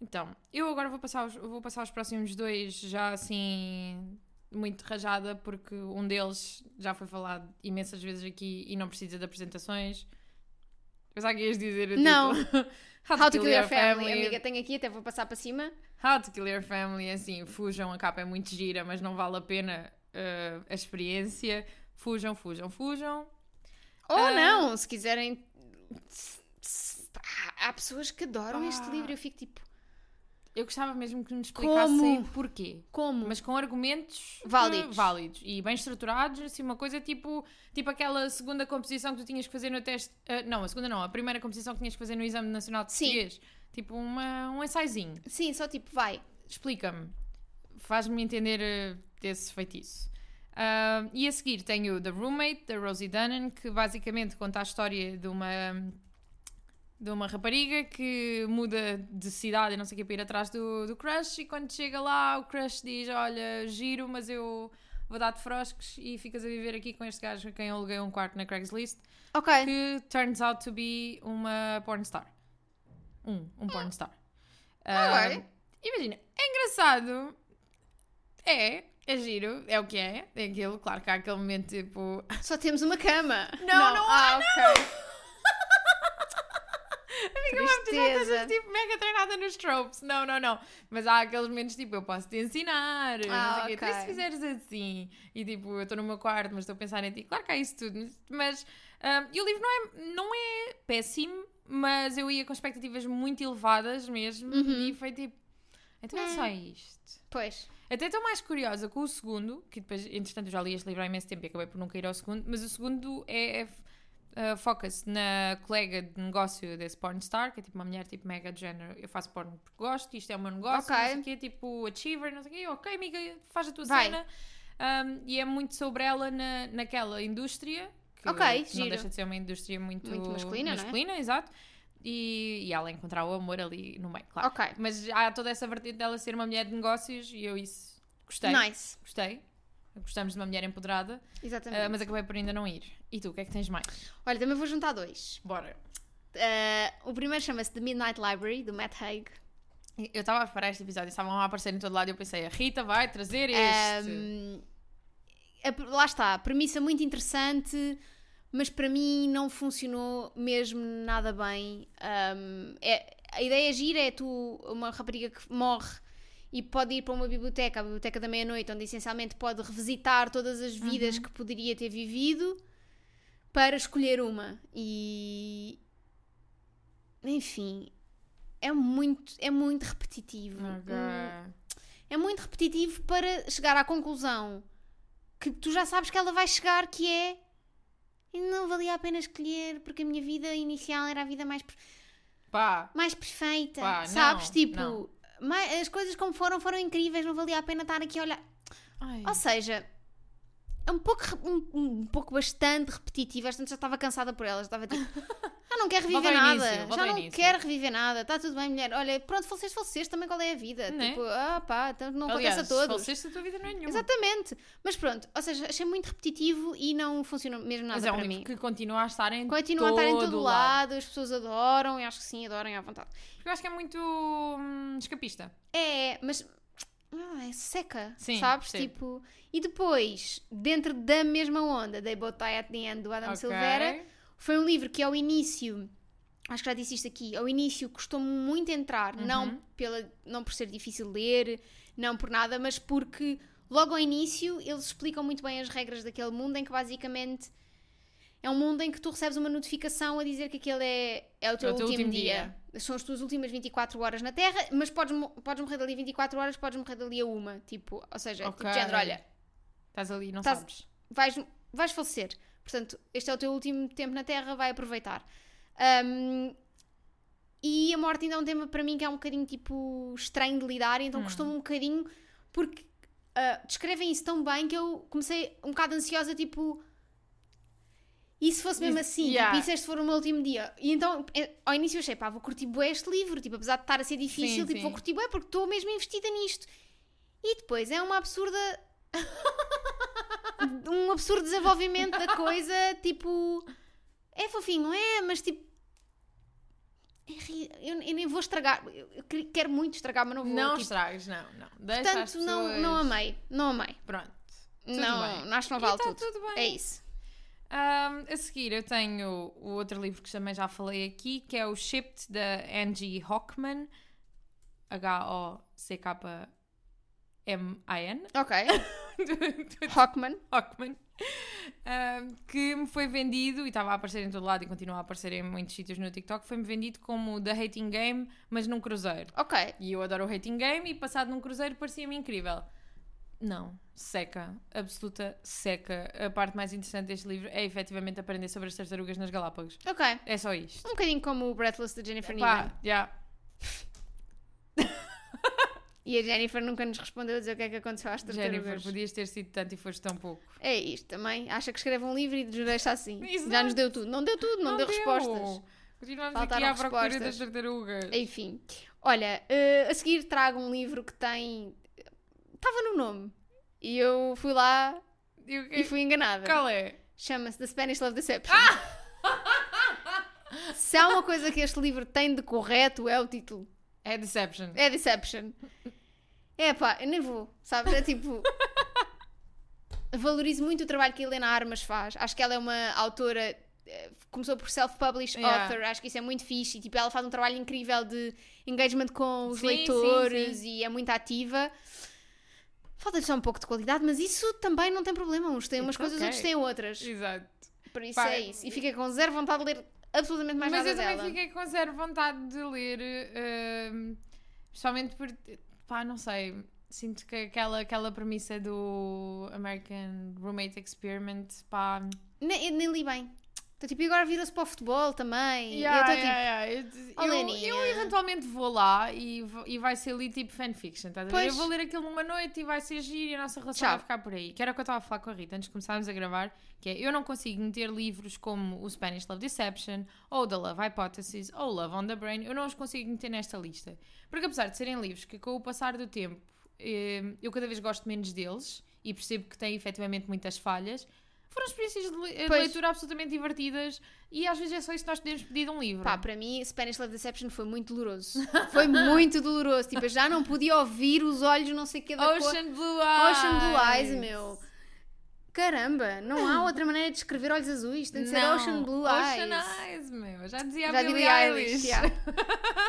Então, eu agora vou passar, os, vou passar os próximos dois já assim muito rajada, porque um deles já foi falado imensas vezes aqui e não precisa de apresentações. Mas há que ias dizer o
Não. (laughs)
título.
How to Kill Your Family. Amiga, tenho aqui, até vou passar para cima.
How to Kill Your Family, assim, fujam, a capa é muito gira, mas não vale a pena eh, a experiência. Fujam, fujam, fujam.
Ou
Ah.
não, se quiserem. Há pessoas que adoram este
Ah.
livro. Eu fico tipo,
Eu gostava mesmo que nos explicassem
Como?
porquê.
como?
Mas com argumentos eh,
Válidos.
válidos e bem estruturados, assim, uma coisa tipo, tipo aquela segunda composição que tu tinhas que fazer no teste. ah, não, a segunda não, a primeira composição que tinhas que fazer no Exame Nacional de
Sim.
Português. Tipo uma, um ensaiozinho.
Sim, só tipo, vai.
Explica-me. Faz-me entender eh, desse feitiço. Ah, e a seguir tenho The Roommate, da Rosie Dunnan, que basicamente conta a história de uma de uma rapariga que muda de cidade e não sei o que para ir atrás do, do crush e quando chega lá o crush diz olha, giro, mas eu vou dar-te frosques e ficas a viver aqui com este gajo a quem eu aluguei um quarto na Craigslist
Ok.
que turns out to be uma pornstar. Um, um pornstar. Ah,
Ok.
Imagina, é engraçado. É, é giro, é o que é. É aquilo, claro que há aquele momento tipo.
(laughs) Só temos uma cama.
Não, não há,
ah, ok.
Amiga, mas tu já estás
Tristeza.
tipo mega treinada nos tropes. Não, não, não. Mas há aqueles momentos tipo, eu posso te ensinar.
Ah,
não sei o quê. Tu,
ok.
se fizeres assim. E tipo, eu estou no meu quarto, mas estou a pensar em ti. Claro que há isso tudo. mas- Mas. ah, e o livro não é, não é péssimo, mas eu ia com expectativas muito elevadas mesmo.
Uhum.
E foi tipo. Então é só
Hum.
isto.
Pois.
Até estou mais curiosa com o segundo, que depois, entretanto, eu já li este livro há imenso tempo e acabei por nunca ir ao segundo, mas o segundo é, é, ah, foca-se na colega de negócio desse pornstar, que é tipo uma mulher tipo mega de género, eu faço porno porque gosto, isto é o meu negócio,
Ok.
não sei o quê, tipo achiever, não sei o quê, ok amiga, faz a tua
Vai.
cena. Ahm, e é muito sobre ela na, naquela indústria, que
Ok,
não
giro.
deixa de ser uma indústria muito,
Muito masculina, não é?
masculina, exato. E, e ela encontrar o amor ali no meio, claro.
Ok.
Mas há toda essa vertente dela ser uma mulher de negócios e eu isso gostei.
Nice.
Gostei. Gostamos de uma mulher empoderada,
Exatamente.
ah, mas acabei por ainda não ir. E tu, o que é que tens mais?
Olha, também vou juntar dois.
Bora.
Uh, o primeiro chama-se The Midnight Library, do Matt Haig.
Eu estava a preparar este episódio, estavam a aparecer em todo lado e eu pensei, a Rita vai trazer este.
Um, a- lá está, premissa é muito interessante, mas para mim não funcionou mesmo nada bem. Um, é- a ideia gira é tu, uma rapariga que morre e pode ir para uma biblioteca, a biblioteca da meia-noite, onde essencialmente pode revisitar todas as vidas que poderia ter vivido para escolher uma. E. Enfim. É muito, é muito repetitivo.
Ok.
Hum, é muito repetitivo para chegar à conclusão que tu já sabes que ela vai chegar, que é não valia a pena escolher porque a minha vida inicial era a vida mais, per-
Pá.
mais perfeita.
Pá,
sabes?
não,
tipo,
não.
"Ma- as coisas como foram foram incríveis, não valia a pena estar aqui a olhar.
Ai.
Ou seja, é um pouco, re- um, um pouco bastante repetitivo. Às tantas já estava cansada por ela, já estava
(laughs)
tipo, já não quero reviver
Volta ao
nada,
início, volta
já
ao
não
início."
quero reviver nada, está tudo bem, mulher. Olha, pronto, faleceste, faleceste, também qual é a vida?
Né?
Tipo, ah pá, então não
Aliás,
acontece a todos.
faleceste a tua vida não é nenhuma.
Exatamente. Mas pronto, ou seja, achei muito repetitivo e não funcionou mesmo nada
Mas é um
para
livro
mim.
que continua a estar em
Continua a estar em todo
o
lado, as pessoas adoram, eu acho que sim, adoram à vontade.
Porque eu acho que é muito hum, escapista.
É, mas ah, é seca,
Sim,
sabes?
percebo.
Tipo, e depois, dentro da mesma onda, They Both Die at the End do Adam
Ok.
Silveira, foi um livro que ao início acho que já disse isto aqui, ao início custou-me muito entrar, não, pela, não por ser difícil de ler, não por nada, mas porque logo ao início eles explicam muito bem as regras daquele mundo em que basicamente é um mundo em que tu recebes uma notificação a dizer que aquele é, é o teu, último, dia. São as tuas últimas 24 horas na Terra, mas podes, mo- podes morrer dali 24 horas, podes morrer dali a uma. Tipo, ou seja, tipo,
Ok.
de género, olha,
Estás ali, não
Estás-
sabes.
Tá- vais, vais falecer. Portanto, este é o teu último tempo na Terra, vai aproveitar. Ahm, e a morte ainda é um tema para mim que é um bocadinho tipo estranho de lidar, então
Hum.
custou-me um bocadinho, porque ah, descrevem isso tão bem que eu comecei um bocado ansiosa, tipo. E se fosse mesmo
Isso-
assim?
yeah.
Tipo, e se este for o meu último dia? E então, eh, ao início eu achei, pá, vou curtir bué este livro, tipo, apesar de estar a ser difícil,
Sim,
tipo,
sim.
vou curtir bué porque estou mesmo investida nisto. E depois é uma absurda (laughs) um absurdo desenvolvimento da coisa, tipo. É fofinho, é, mas tipo. é ri- Eu, eu nem vou estragar. Eu, eu que- quero muito estragar, mas não vou.
Não
tipo,
estragues, não, não. Deixa as
Portanto, não,
pessoas-
não amei. Não amei.
Pronto. Tudo
não,
bem.
não acho que não vale
E tá
tudo.
tudo bem.
É isso.
Ahm, a seguir eu tenho o outro livro que também já falei aqui, que é o Shipped da Angie Hockman. H-O-C-K-M-I-N.
Ok. (laughs)
do- do
Rockman.
(laughs) Hockman, ahm, que me foi vendido, e estava a aparecer em todo lado e continua a aparecer em muitos sítios no TikTok, foi-me vendido como The Hating Game, mas num cruzeiro.
Ok.
E eu adoro o Hating Game e passado num cruzeiro parecia-me incrível. Não, seca, absoluta seca. A parte mais interessante deste livro é efetivamente aprender sobre as tartarugas nas Galápagos.
Ok.
É só isto.
Um bocadinho como o Breathless de Jennifer
Pá,
Newman.
já.
E a Jennifer nunca nos respondeu a dizer o que é que aconteceu às
Jennifer,
tartarugas.
podias ter sido tanto e foste tão pouco.
É isto também. Acha que escreve um livro e nos deixa assim. Já
Exato.
nos deu tudo. Não deu tudo, não, deu respostas.
Continuamos
Faltaram
aqui à procura
respostas.
das tartarugas.
Enfim, olha, eh, a seguir trago um livro que tem. Estava no nome. E eu fui lá
E o
e
que
fui enganada.
Qual é?
Chama-se The Spanish Love Deception. Se há uma coisa que este livro tem de correto é o título.
É Deception.
É Deception. É pá, eu nem vou, sabes? É
(laughs)
tipo. Valorizo muito o trabalho que a Helena Armas faz. Acho que ela é uma autora. eh, Começou por self-published
Yeah.
author, acho que isso é muito fixe. E, tipo, ela faz um trabalho incrível de engagement com os
Sim,
leitores
sim,
e é muito ativa. Falta-lhe só um pouco de qualidade, mas isso também não tem problema. Uns têm umas
It's
coisas,
okay.
outros têm outras.
Exato.
Por isso
Então, Pá,
é isso. E fica com zero vontade de ler absolutamente mais
Mas
nada
eu também
dela.
fiquei com zero vontade de ler, ehm, especialmente por. pá, não sei. Sinto que aquela, aquela premissa do American Roommate Experiment, pá.
Nem, eu nem li bem. Então, tipo, e agora vira-se para o futebol também. E eu
Yeah,
estou tipo.
yeah,
"Oh,
yeah, eu-
Leninha."
Eu, eventualmente vou lá e, vo- e vai ser ali tipo fanfiction, estás a ver?
Pois.
Eu vou ler aquilo numa noite e vai ser giro e a nossa relação
Tchau.
vai ficar por aí. Que era o que eu estava a falar com a Rita antes de começarmos a gravar, que é eu não consigo meter livros como o Spanish Love Deception, ou The Love Hypothesis, ou Love on the Brain, eu não os consigo meter nesta lista. Porque apesar de serem livros que com o passar do tempo eh, eu cada vez gosto menos deles e percebo que têm efetivamente muitas falhas, foram experiências de le- eh, de
Pois.
leitura absolutamente divertidas e às vezes é só isso que nós podemos pedir de um livro.
Pá, para mim, Spanish Love Deception foi muito doloroso. Foi muito doloroso. Tipo, eu já não podia ouvir os olhos, não sei o que da cor.
Ocean Blue Eyes.
Ocean Blue Eyes, meu. Caramba, não
(laughs)
há outra maneira de escrever olhos azuis. Tem de ser
Não,
Ocean Blue Eyes.
Ocean Eyes, meu. Já dizia a
Já
Billie,
Billie
Eilish.
Eilish.
(laughs)
yeah.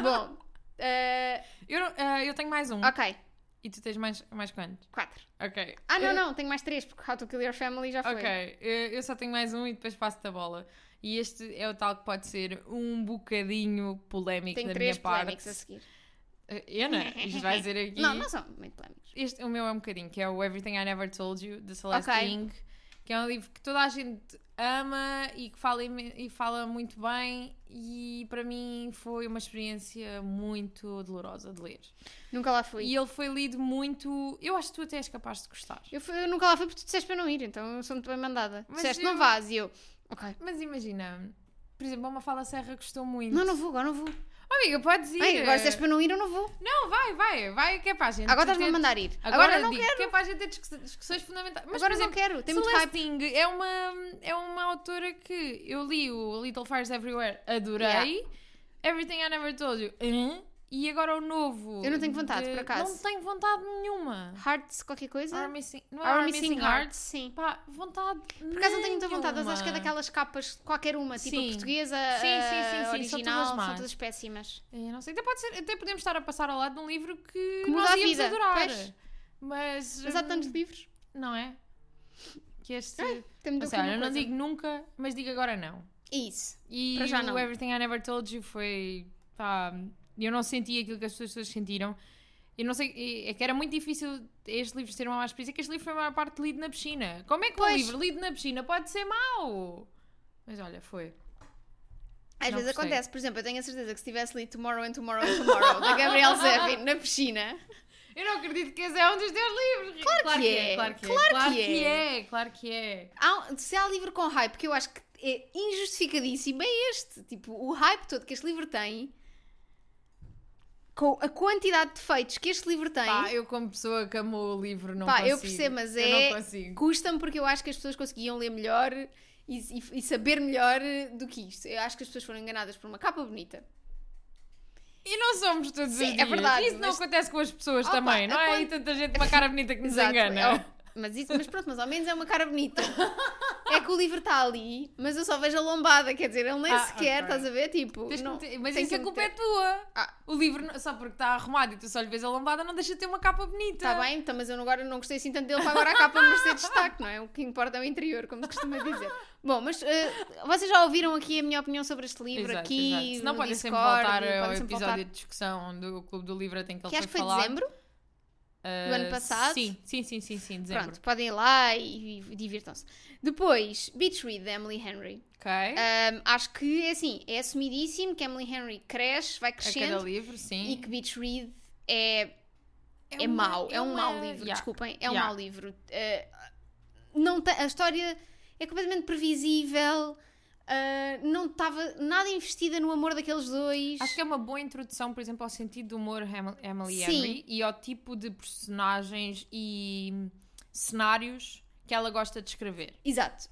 Bom, eh,
Eu, não- ah, eu tenho mais um.
ok,
E tu tens mais, mais quantos?
quatro.
Ok.
Ah, não,
Eu-
não, tenho mais três, porque How to Kill Your Family já foi.
Ok, eu eu só tenho mais um e depois passo-te a bola. E este é o tal que pode ser um bocadinho polémico
Tenho
da
três
minha parte.
polémicos a seguir.
Eh, Eu não, isto vai
(laughs)
dizer aqui.
Não, não são muito polémicos.
Este, o meu é um bocadinho, que é o Everything I Never Told You, de Celeste
Ok.
King, que é um livro que toda a gente ama e que fala, imen- e fala muito bem, e para mim foi uma experiência muito dolorosa de ler.
Nunca lá fui.
E ele foi lido muito. Eu acho que tu até és capaz de gostar.
Eu, fui- eu nunca lá fui porque tu disseste para não ir, então eu sou muito bem mandada.
Mas
disseste
eu-
não vás e eu, ok.
Mas imagina, por exemplo, uma Fala Serra gostou muito.
Não, não vou, agora não vou.
Oh, amiga, podes ir.
Ai, agora disseste para não ir, eu não vou.
Não, vai, vai, vai, que é para a gente.
Agora estás-me a
ter-
mandar ir.
Agora,
Agora, não
digo,
quero.
que é para a gente ter discuss- discussões fundamentais. Mas,
agora
por exemplo,
não quero. Tem muito hype.
Celeste Ting é uma, é uma autora que eu li o Little Fires Everywhere, adorei. Everything I Never Told You, hã? E agora o novo.
Eu não tenho vontade, por acaso.
Não tenho vontade nenhuma.
Hearts qualquer coisa?
Are Missing, não é
Are
Are Missing Hearts?
sim.
Pá, vontade.
Por acaso não tenho muita vontade, mas acho que é
nenhuma.
daquelas capas, qualquer uma, tipo
Sim.
a portuguesa,
Sim, sim, sim,
a
sim, são
original,
todas
são todas,
más.
péssimas.
Eu não sei, até pode ser, até podemos estar a passar ao lado de um livro que,
Que muda
nós
a
íamos
vida,
adorar.
pois.
Mas,
Mas há
hum,
tantos livros.
não é? Que este.
Tem
Ou
muita
seja, olha, eu não
coisa.
digo nunca, mas digo agora não.
Isso.
E
Para já
o
não.
Everything I Never Told You foi. Pá, eu não senti aquilo que as pessoas todas sentiram. Eu não sei, é é que era muito difícil este livro ser uma má experiência, que este livro foi a maior parte lido na piscina. Como é que um
Pois.
livro lido na piscina pode ser mau? Mas olha, foi.
Às
Não
vezes
gostei.
acontece, por exemplo, eu tenho a certeza que se tivesse lido Tomorrow and Tomorrow and Tomorrow da Gabriel Zevin na piscina,
Eu não acredito que esse é um dos teus livros. Claro,
que é,
claro que é,
claro
claro
que
que
é.
é, claro que é.
há um- se há livro com hype que eu acho que é injustificadíssimo, é este. Tipo, o hype todo que este livro tem, com a quantidade de defeitos que este livro tem,
Pá, eu como pessoa que amou o livro não
Pá,
consigo.
eu percebo, mas
Eu
é-
não consigo.
custa-me porque eu acho que as pessoas conseguiam ler melhor e, e- e saber melhor do que isto. Eu acho que as pessoas foram enganadas por uma capa bonita.
E não somos todos
Sim,
os
é
dias.
verdade,
Isso não
mas-
acontece com as pessoas
Opa,
também. Não há aí
aconte-
tanta gente com uma cara bonita que nos
Exato,
engana.
é o- mas, isso, mas pronto, mas ao menos é uma cara
(laughs)
bonita. É que o livro está ali, mas eu só vejo a lombada, quer dizer, ele nem
Ah,
sequer,
ok.
estás a ver? Tipo,
Tens que
não,
meter- Mas
tem
isso
que
a culpa
meter.
é tua.
Ah.
O livro, não- só porque está arrumado e tu só lhe vês a lombada, não deixa de ter uma capa bonita.
Está bem, então, mas eu agora não gostei assim tanto dele para agora a capa merecer destaque, não é? O que importa é o interior, como se costuma
(laughs)
dizer. Bom, mas eh, vocês já ouviram aqui a minha opinião sobre este livro?
Exato,
aqui,
exato. Se não
no
podem sempre
Discord,
voltar ao
podem
episódio
sempre voltar.
de discussão do Clube do Livro tem que ele
Que acho que foi
falar.
dezembro? do ano
Ah,
passado?
Sim, sim, sim, sim, sim dezembro.
Pronto, podem ir lá e, e divirtam-se. Depois, Beach Read, da Emily Henry.
Ok.
Um, acho que, assim, é assumidíssimo que Emily Henry cresce, vai
a cada
crescendo
livro, sim.
e que Beach Read é é,
uma-
mau, é, um
uma-
mau livro,
Yeah.
desculpem, é um
Yeah.
mau livro. Eh, não te- a história é completamente previsível, eh, não estava nada investida no amor daqueles dois.
Acho que é uma boa introdução, por exemplo, ao sentido do humor Ham- Emily
Sim.
Henry e ao tipo de personagens e cenários que ela gosta de escrever.
Exato.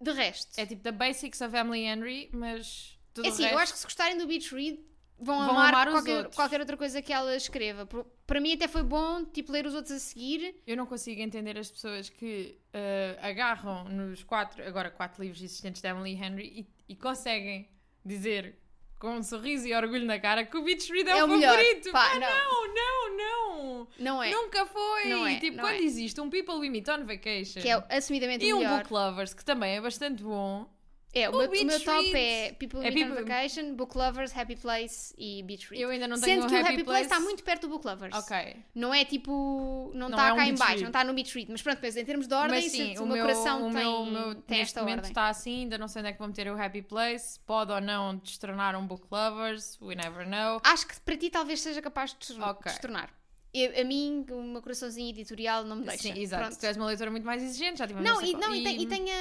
De resto,
É tipo The Basics of Emily Henry, mas tudo
é assim,
o resto...
eu acho que se gostarem do Beach Read vão,
Vão
amar,
amar os
qualquer,
outros.
qualquer outra coisa que ela escreva. Por- Para mim até foi bom, tipo, ler os outros a seguir.
Eu não consigo entender as pessoas que eh, agarram nos quatro, agora quatro livros existentes de Emily Henry e, e conseguem dizer com um sorriso e orgulho na cara que o Beach Read é,
É
o
o melhor.
favorito.
Pá,
Pá,
não.
não, não, não.
Não é?
Nunca foi.
Não é,
tipo,
não
quando
é.
existe um People We Meet on Vacation
Que é assumidamente
e
o
um
melhor.
Book Lovers, que também é bastante bom.
É, o,
O
meu, o
Beach
meu top
Read.
é People
É
Meet on
People-
Vacation, Book Lovers, Happy Place e Beach Read.
Eu ainda não tenho um
Sendo que o Happy Place
Place
está muito perto do Book Lovers.
Ok.
Não é tipo. Não
Não
está
é um
cá
beach
em baixo,
read.
não está no Beach Read. Mas pronto, mas em termos de ordem,
Mas sim,
se- se
o,
o meu,
meu
coração
o
tem,
meu, meu
tem
neste
esta
momento
ordem.
está assim, ainda não sei onde é que vão meter o Happy Place. Pode ou não destronar um Book Lovers, we never know.
Acho que para ti talvez seja capaz de se
Ok.
se tornar. Eu- a mim, o meu coraçãozinho editorial não me deixa.
Sim, exato.
Pronto.
Tu és uma leitora muito mais exigente, já tivemos
Não,
essa
e,
co-
não, e tem, e tem a-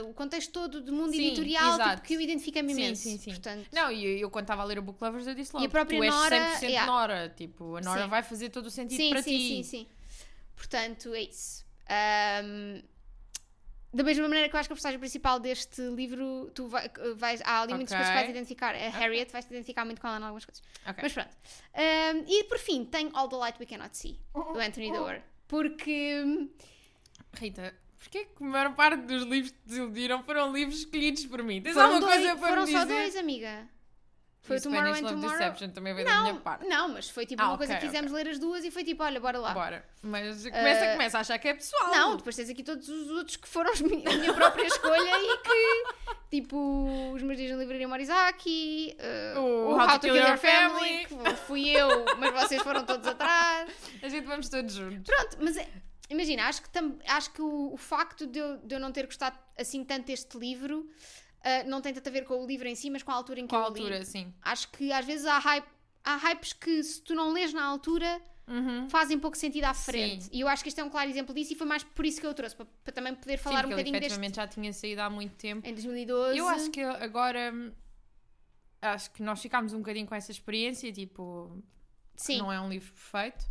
a- o contexto todo do mundo
Sim,
editorial tipo,
exato.
que eu identifico-me
Sim,
imenso.
sim, sim.
Portanto,
Não, e eu, eu quando estava a ler o Book Lovers eu disse logo,
a própria
tu és
Nora,
100%
yeah.
Nora, tipo, a Nora
Sim.
vai fazer todo o sentido
sim,
para
sim,
ti.
sim, sim. Portanto, é isso. Ahm, da mesma maneira que eu acho que a personagem principal deste livro, tu vai- vais, há ali muitas
Ok.
coisas que vais identificar. A Harriet vais te identificar muito com ela em algumas coisas.
Ok.
Mas pronto. Ahm, e por fim, tem All the Light We Cannot See, do Anthony Doerr. Porque. hum,
Rita, porquê que a maior parte dos livros que te desiludiram foram livros escolhidos por mim? Tens
Foram,
alguma
dois,
coisa para
foram
me
só
dizer?
dois, amiga. Foi o
E
Tomorrow
Spanish
and
Love
Tomorrow.
Deception também veio da minha
Não,
parte.
não, mas foi tipo
Ah,
uma coisa
ok,
que fizemos ler as duas e foi tipo, olha, bora lá.
Bora. Mas começa,
Ah,
começa a achar que é pessoal.
Não, depois tens aqui todos os outros que foram os mi- a minha própria escolha e que, tipo, os meus dias na livraria Morizaki, uh,
O How to Kill Your Family.
que fui eu, mas vocês foram todos atrás.
A gente vamos todos juntos.
Pronto, mas é- imagina, acho que, tam- acho que o, o facto de eu, de eu não ter gostado assim tanto deste livro uh, não tem tanto a ver com o livro em si, mas com a altura em que
Qual
eu o li.
altura, sim.
Acho que às vezes há, hype, há hypes que se tu não lês na altura
Uhum.
fazem pouco sentido à frente.
Sim.
E eu acho que este é um claro exemplo disso e foi mais por isso que eu o trouxe, para, para também poder falar
sim,
um
porque ele
bocadinho deste é.
efetivamente já tinha saído há muito tempo.
em 2012.
Eu acho que agora... hum, Acho que nós ficámos um bocadinho com essa experiência, tipo...
Sim,
Não é um livro perfeito.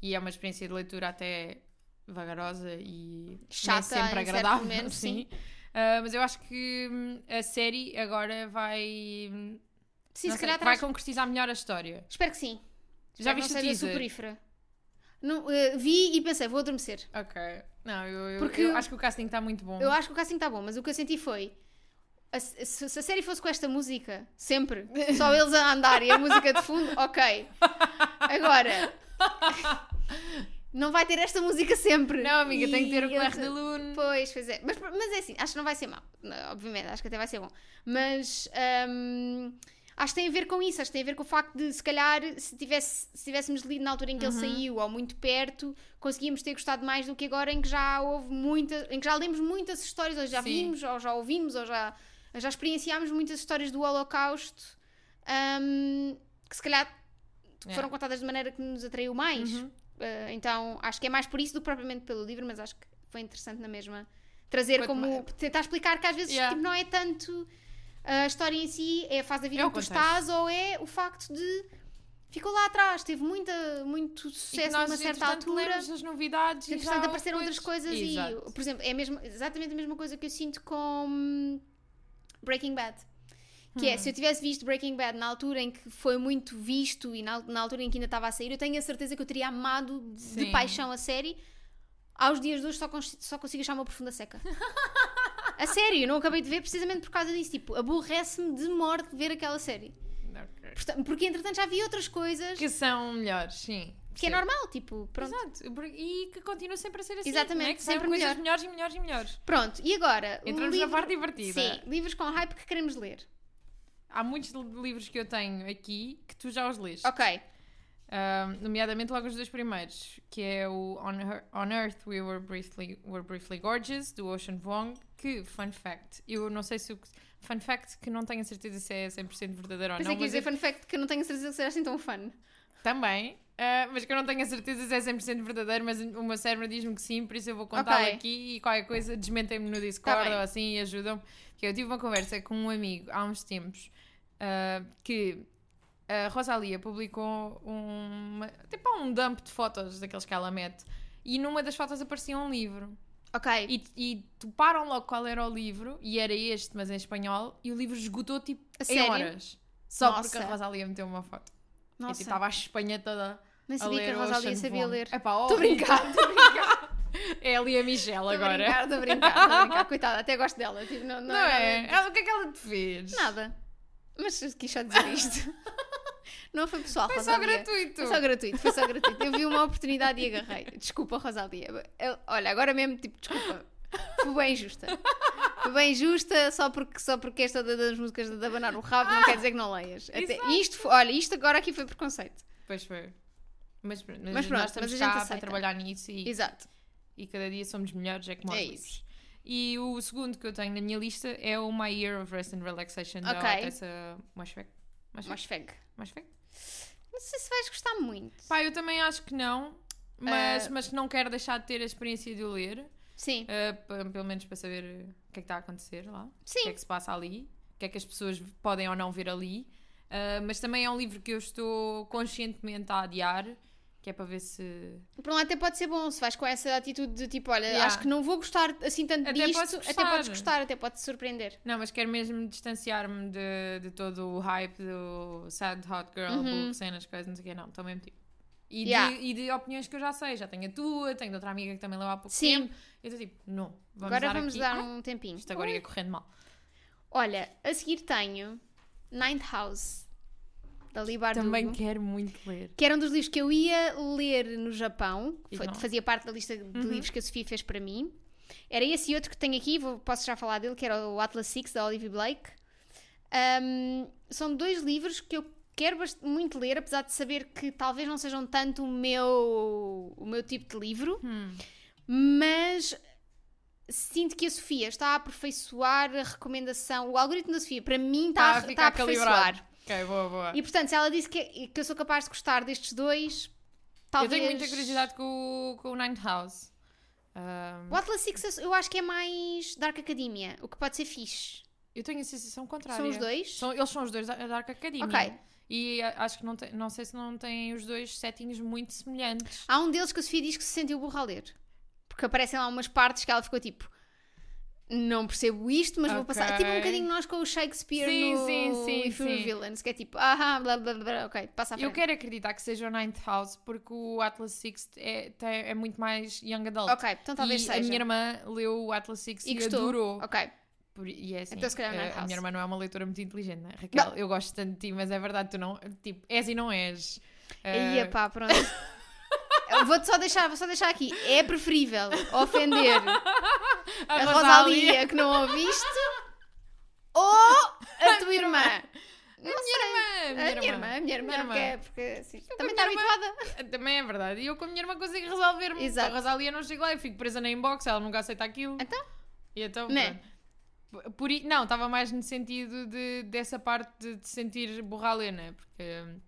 E é uma experiência de leitura até vagarosa e...
Chata
nem sempre
em certo
agradável, (laughs)
momento,
sim. Ah, mas eu acho que hum, a série agora vai... hum,
Sim,
Não
se
sei,
calhar
vai
traz.
concretizar melhor a história.
Espero que sim.
Já
Espero que
viste
não
o
seja
teaser?
soporífera. Não, eh, vi e pensei, vou adormecer.
Ok. Não, eu, eu-
Porque-
eu acho que o casting está muito bom.
Eu acho que o casting está bom, mas o que eu senti foi. a- se, se a série fosse com esta música, sempre,
(laughs)
só eles a andar e a música de fundo, ok.
(laughs)
Agora. Não vai ter esta música sempre.
Não, amiga, tem que ter o
E eu-
Claire de Lune.
Pois, pois é. Mas, mas é assim, acho que não vai ser mau. Obviamente, acho que até vai ser bom. Mas hum, acho que tem a ver com isso. Acho que tem a ver com o facto de, se calhar, se, tivesse, se tivéssemos lido na altura em que
Uhum.
ele saiu ou muito perto, conseguíamos ter gostado mais do que agora em que já houve muita. em que já lemos muitas histórias, ou já
Sim.
vimos, ou já ouvimos, ou já, já experienciámos muitas histórias do Holocausto hum, que se calhar
É.
foram contadas de maneira que nos atraiu mais.
Uhum.
Uh, então acho que é mais por isso do que propriamente pelo livro, mas acho que foi interessante na mesma trazer
Quanto
como
mais-
tentar explicar que às vezes
Yeah.
tipo, não é tanto eh, a história em si, é a fase da vida
É
em
o
que tu
contexto.
estás ou é o facto de ficou lá atrás, teve muita, muito
E que
sucesso
nós,
numa certa
entretanto,
altura.
lemos as novidades e já
Entretanto,
houve
apareceram outras coisas
Exato.
e, por exemplo, é mesmo, exatamente a mesma coisa que eu sinto com hum, Breaking Bad. Que
Hum.
é, se eu tivesse visto Breaking Bad na altura em que foi muito visto e na, na altura em que ainda estava a sair, eu tenho a certeza que eu teria amado de
Sim.
paixão a série. Aos dias de hoje só, cons- só consigo achar uma profunda
(laughs)
seca. a sério, eu não acabei de ver precisamente por causa disso. Tipo, aborrece-me de morte ver aquela série.
Ok.
Porta- Porque entretanto já vi outras coisas que,
Que são melhores, sim.
é
Sim.
normal, tipo, pronto.
Exato. Porque- E que continua sempre a ser assim.
Exatamente,
não é? Que
sempre
saiam coisas
melhor.
melhores e melhores e melhores.
Pronto, e agora?
Entramos na
livro-
parte divertida.
Sim, livros com hype que queremos ler.
Há muitos li- livros que eu tenho aqui que tu já os leste.
Ok.
Ahm, nomeadamente logo os dois primeiros, que é o On, Her- On Earth We Were Briefly, Were Briefly Gorgeous, do Ocean Wong, que, fun fact, eu não sei se o... que- Fun fact que não tenho a certeza se é 100% verdadeiro ou
Pensei
não,
que ia
mas
dizer
eu-
fun fact que eu não tenho certeza que será assim tão fun.
também... ah, mas que eu não tenho a certeza se é 100% verdadeiro, mas o meu cérebro diz-me que sim, por isso eu vou contá-lo
Ok. Tá
aqui e qualquer coisa desmentem-me no Discord
bem.
ou assim e ajudam-me. Porque eu tive uma conversa com um amigo há uns tempos ah, que a Rosalia publicou um, tipo um dump de fotos daqueles que ela mete e numa das fotos aparecia um livro
Ok.
e, e toparam logo qual era o livro e era este, mas em espanhol e o livro esgotou tipo
A
em
sério?
horas só
Nossa.
porque a Rosalia meteu uma foto e
Nossa,
tipo, estava a Espanha toda
nem
a
sabia
ler
que a
o
Rosalia
Ocean
sabia
Vuong. (laughs)
ler.
Epá, ó,
Estou a brincar, estou a brincar.
é ali a Michelle
Estou a
agora (laughs)
brincar, estou a brincar, estou a brincar. Coitada, até gosto dela. Tipo, não, não,
não é? Ela- o que é que ela te fez?
Nada. Mas eu quis só
(laughs)
dizer isto. não foi pessoal,
foi só
Rosalia.
gratuito
Foi só gratuito, foi só gratuito. Eu vi uma oportunidade e agarrei. Desculpa, Rosalia. Eu- olha, agora mesmo, tipo, desculpa. Fui bem justa. Fui bem justa só porque, só porque esta da- das músicas de abanar o rabo não quer dizer que não leias. Até,
exato.
isto, foi- olha, isto agora aqui foi preconceito.
pois foi mas, pronto, mas
Mas pronto,
nós estamos
mas a gente
cá para
aceita.
trabalhar nisso e
Exato.
e cada dia somos melhores, é como
É
aos
isso.
livros. E o segundo que eu tenho na minha lista é o My Year of Rest and Relaxation da
Ok.
Tessa Moshfegh.
Mas feg.
Moshfegh?
Não sei se vais gostar muito.
Pá, eu também acho que não, mas,
Eh.
mas que não quero deixar de ter a experiência de o ler,
Sim.
eh, pa- pelo menos para saber eh, o que é que está a acontecer lá, o que é
Sim.
que se passa ali, o que é que as pessoas podem ou não ver ali. Eh, mas também é um livro que eu estou conscientemente a adiar, que é para ver se
Por um lado até pode ser bom se vais com essa atitude de tipo, olha,
Yeah.
acho que não vou gostar assim tanto
Até
disto.
podes
Até
gostar.
podes gostar, até pode te surpreender.
Não, mas quero mesmo distanciar-me de, de todo o hype do sad hot girl,
Uhum.
book, cenas, coisas, não sei o quê. Não, estou mesmo tipo. E,
Yeah.
de, e de opiniões que eu já sei. Já tenho a tua, tenho de outra amiga que também leu há pouco
Sim.
tempo. Eu estou tipo, não, vamos
agora
dar
vamos
aqui.
dar
Ai,
um tempinho.
Isto agora ia correndo mal.
Olha, a seguir tenho Ninth House, da Lee Bardugo.
Também quero muito ler.
Que era um dos livros que eu ia ler no Japão.
E
Foi-
não. Uhum.
fazia parte da lista de livros que a Sofia fez para mim. Era esse e outro que tenho aqui, vou- posso já falar dele, que era o Atlas Six, da Olivia Blake. Ahm, são dois livros que eu quero bast- muito ler, apesar de saber que talvez não sejam tanto o meu, o meu tipo de livro
Hum.
mas sinto que a Sofia está a aperfeiçoar a recomendação. O algoritmo da Sofia, para mim, está, a, está a aperfeiçoar.
Ok, boa, boa.
E portanto, se ela disse que, que eu sou capaz de gostar destes dois, talvez.
Eu tenho muita curiosidade com o, com o Ninth House. Ahm,
O Atlas Six eu acho que é mais Dark Academia, o que pode ser fixe.
eu tenho a sensação contrária.
São os dois?
São- eles são os dois da da Dark Academia.
Ok.
E a- acho que não, tem- não sei se não têm os dois settings muito semelhantes.
Há um deles que a Sofia diz que se sentiu burra a ler. Porque aparecem lá umas partes que ela ficou tipo. não percebo isto, mas vou passar. É tipo um
Ok.
bocadinho nós com o Shakespeare
Sim,
no
sim, sim,
If You're
sim.
Villains, que é tipo, ah, blá blá blá, blá, ok, passa à frente.
Eu quero acreditar que seja o Ninth House, porque o Atlas Six é, tem- é muito mais young adult.
Ok, então talvez
e
seja.
a minha irmã leu o Atlas Six
E
e,
gostou?
adorou.
Ok,
Por- e é assim,
Então, se calhar,
eh,
Night
a
House.
minha irmã não é uma leitora muito inteligente, né? Raquel, eu gosto tanto de ti, mas é verdade, tu não, tipo, és e não és. Eh,
aí pá, pronto. Eu Vou-te só deixar, vou só deixar aqui. É preferível ofender
a,
a
Rosália.
Rosalia que não ouviste ou a tua irmã. Não
Minha
sei.
irmã,
A minha irmã, a minha irmã,
Minha irmã. Então
porque, porque assim, também
minha
está
irmã-
habituada.
Também é verdade. E eu com a minha irmã consigo resolver-me.
Exato.
A Rosalia não chega lá, eu fico presa na inbox, ela nunca aceita aquilo.
Então?
E então,
Né?
pronto. P- Por, i- não, estava mais no sentido de, dessa parte de, de sentir borralena, porque hum,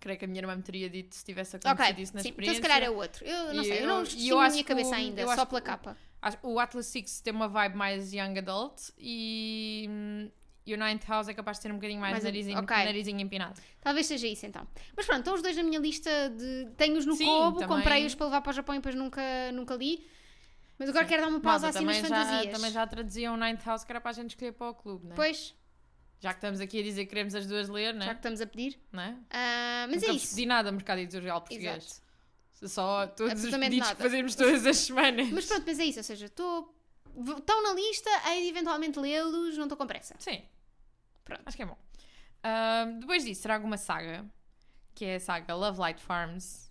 creio que a minha irmã me teria dito se tivesse acontecido
Ok,
isso na
sim, então se
experiência.
calhar é outro. Eu não
E
sei, eu,
eu-
não
e eu
estive na
acho
minha
que o-
cabeça ainda,
eu
só
acho
pela
que o-
capa.
Acho- O Atlas Six tem uma vibe mais young adult e, hum, e o Ninth House é capaz de ter um bocadinho mais,
Mais-
narizinho,
ok.
narizinho empinado.
Talvez seja isso então. Mas pronto, estão os dois na minha lista de. Tenho-os no
Sim,
combo,
também.
comprei-os para levar para o Japão e depois nunca, nunca li. Mas agora quero dar uma pausa
Malta,
assim nas
também já-
fantasias.
Também já traduziam o Ninth House que era para a gente escolher para o clube, né?
Pois,
Já que estamos aqui a dizer que queremos as duas ler, né?
já que estamos a pedir.
né?
Ah, mas
Nunca
é isso.
pedi nada no mercado editorial português.
Exato.
Só todos os
Absolutamente
pedidos que
nada.
fazemos todas as semanas.
Mas pronto, mas é isso. Ou seja, estou. vou- Estão na lista, hei de eventualmente lê-los, não estou com pressa.
Sim.
Pronto.
Acho que é bom. Ahm, depois disso, será alguma saga, que é a saga Love Light Farms,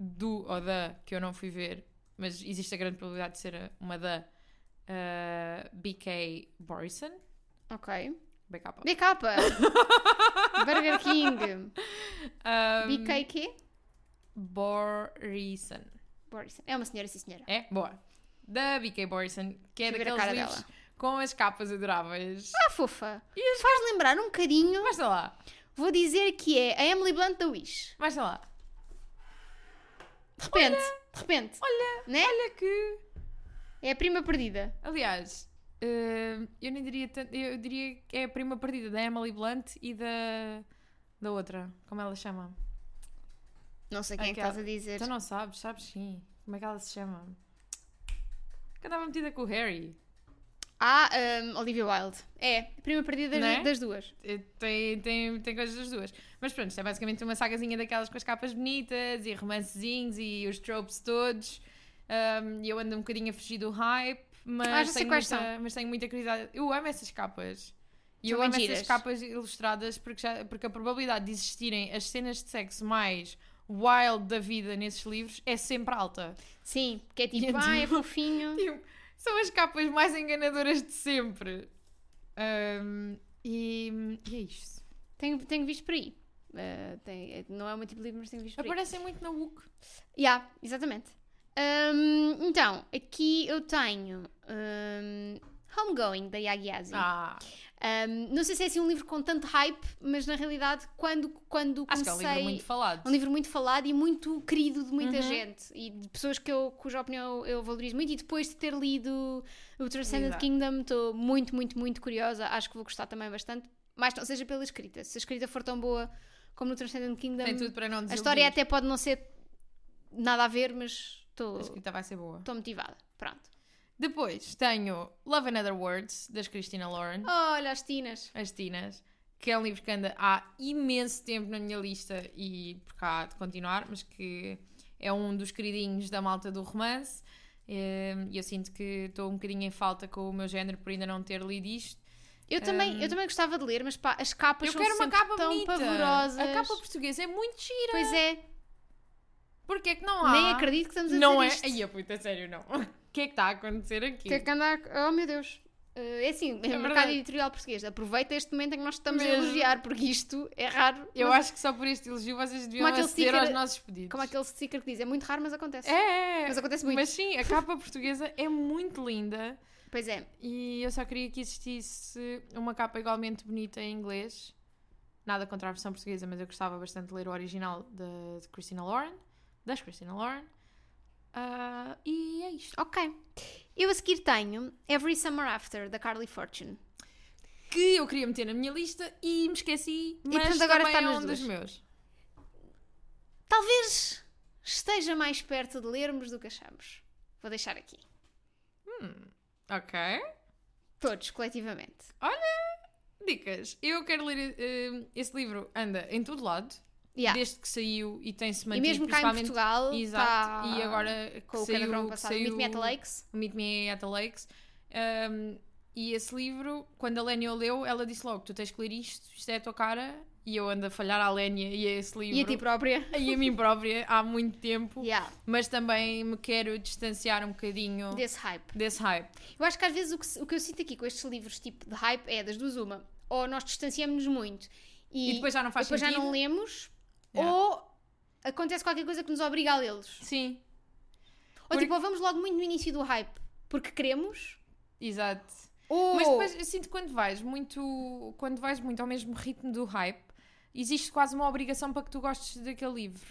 do ou da, que eu não fui ver, mas existe a grande probabilidade de ser uma da ah, BK Morrison.
Ok.
BK.
BK!
(laughs)
Burger King!
Ahm,
BKQ?
Morrison.
Morrison. É uma senhora, sim senhora.
É? Boa. Da B.K. Morrison, que é
Deixa eu ver a
daqueles
cara
livros
dela.
com as capas adoráveis.
Ah, fofa! Faz lembrar um bocadinho.
Basta lá,
Vou dizer que é a Emily Blunt da Wish.
basta lá.
De repente, de repente.
Olha,
Né?
olha que...
É a prima perdida.
Aliás, hum, eu nem diria tanto, eu diria que é a prima perdida da Emily Blunt e da, da outra, como ela se chama.
Não sei quem é que
Aquela-
estás a dizer.
Tu não sabes, sabes sim. Como é que ela se chama? Que andava metida com o Harry.
Ah, hum, Olivia Wilde. É, a prima perdida das,
Né?
das duas.
Eh, Tem, tem, tem coisas das duas. Mas pronto, isto é basicamente uma sagazinha daquelas com as capas bonitas e romancezinhos e os tropes todos. Hum, E eu ando um bocadinho a fugir do hype, mas,
Ah, já sei
tenho,
quais
muita, mas tenho muita curiosidade. Eu amo essas capas. E
São
eu
bem
amo
giras.
essas capas ilustradas porque, já- porque a probabilidade de existirem as cenas de sexo mais wild da vida nesses livros é sempre alta.
Sim, que é tipo,
E então-
ah, é
(laughs)
fofinho. (laughs)
Tipo, são as capas mais enganadoras de sempre. Hum, e- e é isto.
Tenho, tenho visto por aí. Ah, tem- é- não é o meu tipo de livro, mas tenho visto por aí.
Aparecem muito na WUC.
Yeah, exatamente. Hum, então, aqui eu tenho hum, Homegoing, da Yagi Azi.
Ah,
Hum, não sei se é assim um livro com tanto hype, mas na realidade, quando, quando
acho que é
comecei...
um livro muito falado.
um livro muito falado e muito querido de muita
Uhum.
gente e de pessoas que eu, cuja opinião eu valorizo muito e depois de ter lido o Transcendent
Exato.
Kingdom estou muito, muito, muito curiosa acho que vou gostar também bastante, mas não seja pela escrita se a escrita for tão boa como no Transcendent Kingdom
Tem tudo para não
a
dizer.
história até pode não ser nada a ver, mas estou
A escrita então vai ser boa.
estou motivada, pronto
Depois tenho Love and Other Words, das Christina Lauren,
olha as tinas
as Tinas, que é um livro que anda há imenso tempo na minha lista e por cá há de continuar, mas que é um dos queridinhos da malta do romance. Eh, E eu sinto que estou um bocadinho em falta com o meu género por ainda não ter lido isto.
eu também, eu também gostava de ler, mas pá, as capas
Hum. Eu
são
quero uma
sempre
capa
tão
bonita.
pavorosas
A capa portuguesa é muito gira.
pois é,
Porque é que não há?
nem acredito que estamos a
Não é?
dizer isto.
Ai, a puta, sério, não. O que é que está a acontecer aqui?
O que é que anda a... Oh meu Deus. Eh, é assim, é, mercado
verdade.
editorial português. Aproveita este momento em que nós estamos a
Mesmo.
elogiar, porque isto é raro.
Eu
mas-
acho que só por este elogio vocês deviam
Como é aquele
aceder
sticker-
aos nossos pedidos.
Como aquele sticker que diz, é muito raro, mas acontece.
É, é, é.
Mas
Mas,
acontece muito.
sim, a capa portuguesa é muito linda
Pois é.
e eu só queria que existisse uma capa igualmente bonita em inglês. Nada contra a versão portuguesa, mas eu gostava bastante de ler o original da de Christina Lauren, das Christina Lauren. Ah, e é isto.
Ok. Eu a seguir tenho Every Summer After, da Carly Fortune.
Que eu queria meter na minha lista e me esqueci, mas
portanto, agora
também
está
é
nas
um dos
duas.
meus.
Talvez esteja mais perto de lermos do que achamos. Vou deixar aqui.
Ok.
Todos, coletivamente.
Dicas. Eu quero ler. eh, esse livro anda em todo lado,
Yeah.
desde que saiu e tem-se
E
mantido.
mesmo cá em
principalmente-
Portugal,
Exato.
tá
E agora que
com o
saiu,
canagrão
que
passado,
saiu
Meet Me at the Lakes.
o Meet Me at the Lakes. um, e esse livro, quando a Lénia o leu, ela disse logo: Tu tens que ler isto, isto é a tua cara. E eu ando a falhar à Lénia e a esse um livro.
E a ti própria.
e a mim própria há muito tempo.
Yeah,
Mas também me quero distanciar um bocadinho
desse hype.
desse hype.
Eu acho que às vezes o que, se- o que eu sinto aqui com estes livros tipo de hype é das duas uma. Ou nós distanciamos-nos muito e,
E depois já não faz
depois já
sentido.
não lemos,
Yeah.
ou acontece qualquer coisa que nos obriga a lê-los.
Sim,
Ou
Porque-
tipo, ou vamos logo muito no início do hype porque queremos,
exato.
ou
Mas depois eu sinto que quando vais muito, quando vais muito ao mesmo ritmo do hype, existe quase uma obrigação para que tu gostes daquele livro.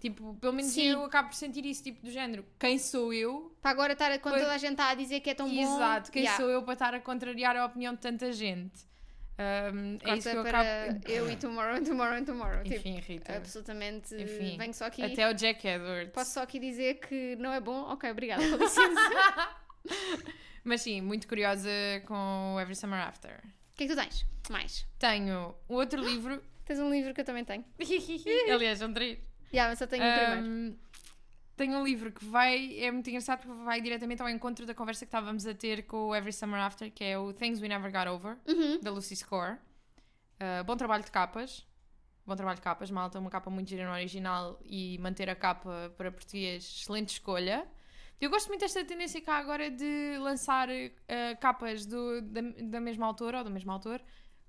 Tipo, pelo menos
Sim.
eu acabo por sentir isso, tipo do género. Quem sou eu?
para agora estar quando
Pois-
toda a gente está a dizer que é tão bom.
Exato, quem
yeah,
sou eu para estar a contrariar a opinião de tanta gente? Ahm, é isso
corta
que eu
para
acabo.
eu e tomorrow, (laughs) and tomorrow, and tomorrow. tipo,
Enfim, Rita.
absolutamente.
Enfim,
venho só aqui.
Até o Jack Edwards.
Posso só aqui dizer que não é bom? Ok, obrigada, com licença.
(laughs) Mas sim, muito curiosa com o Every Summer After.
O que é que tu tens? Mais.
Tenho
(gasps)
um outro livro. (laughs)
Tens um livro que eu também tenho.
Aliás, um são três.
Já, mas só tenho
Ah,
o primeiro.
Ahm, Tenho um livro que vai, é muito engraçado porque vai diretamente ao encontro da conversa que estávamos a ter com o Every Summer After, que é o Things We Never Got Over,
Uhum.
da Lucy Score. Ah, bom trabalho de capas. Bom trabalho de capas, malta, uma capa muito gira no original e manter a capa para português, excelente escolha. Eu gosto muito desta tendência cá agora de lançar ah, capas do- da, da mesma autora ou do mesmo autor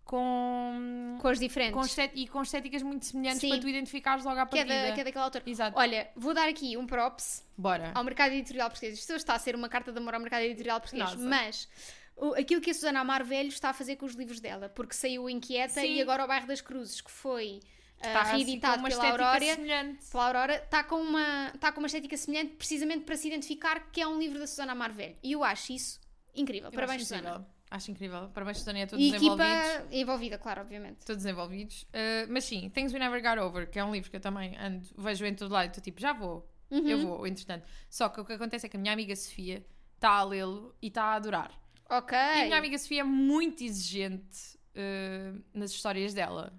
com,
Cores diferentes.
com estet- e com estéticas muito semelhantes
Sim.
para tu identificares logo à
que, é
partida.
da, que é daquela autora.
Exato.
Olha, vou dar aqui um props
Bora.
ao mercado editorial português. Isto está a ser uma carta de amor ao mercado editorial português,
Nossa.
mas o- aquilo que a Susana Amar Velho está a fazer com os livros dela, porque saiu o Inquieta
Sim.
e agora o Bairro das Cruzes, que foi ah,
Está assim com
reeditado
uma
pela
estética
Aurora.
semelhante.
Pela Aurora, está com, uma, está com uma estética semelhante precisamente para se identificar que é um livro da Susana Amar Velho. E eu acho isso incrível.
Eu
Parabéns,
acho
Susana.
incrível. Acho incrível. Parabéns, Susana, e a todos
E
os
equipa
envolvidos.
envolvida, claro, obviamente.
Todos envolvidos. Uh, mas sim, Things We Never Got Over, que é um livro que eu também ando, vejo em todo lado e estou tipo, já vou, eu
Uhum.
vou, entretanto. Só que o que acontece é que a minha amiga Sofia está a lê-lo e está a adorar.
Ok.
E a minha amiga Sofia é muito exigente uh, nas histórias dela.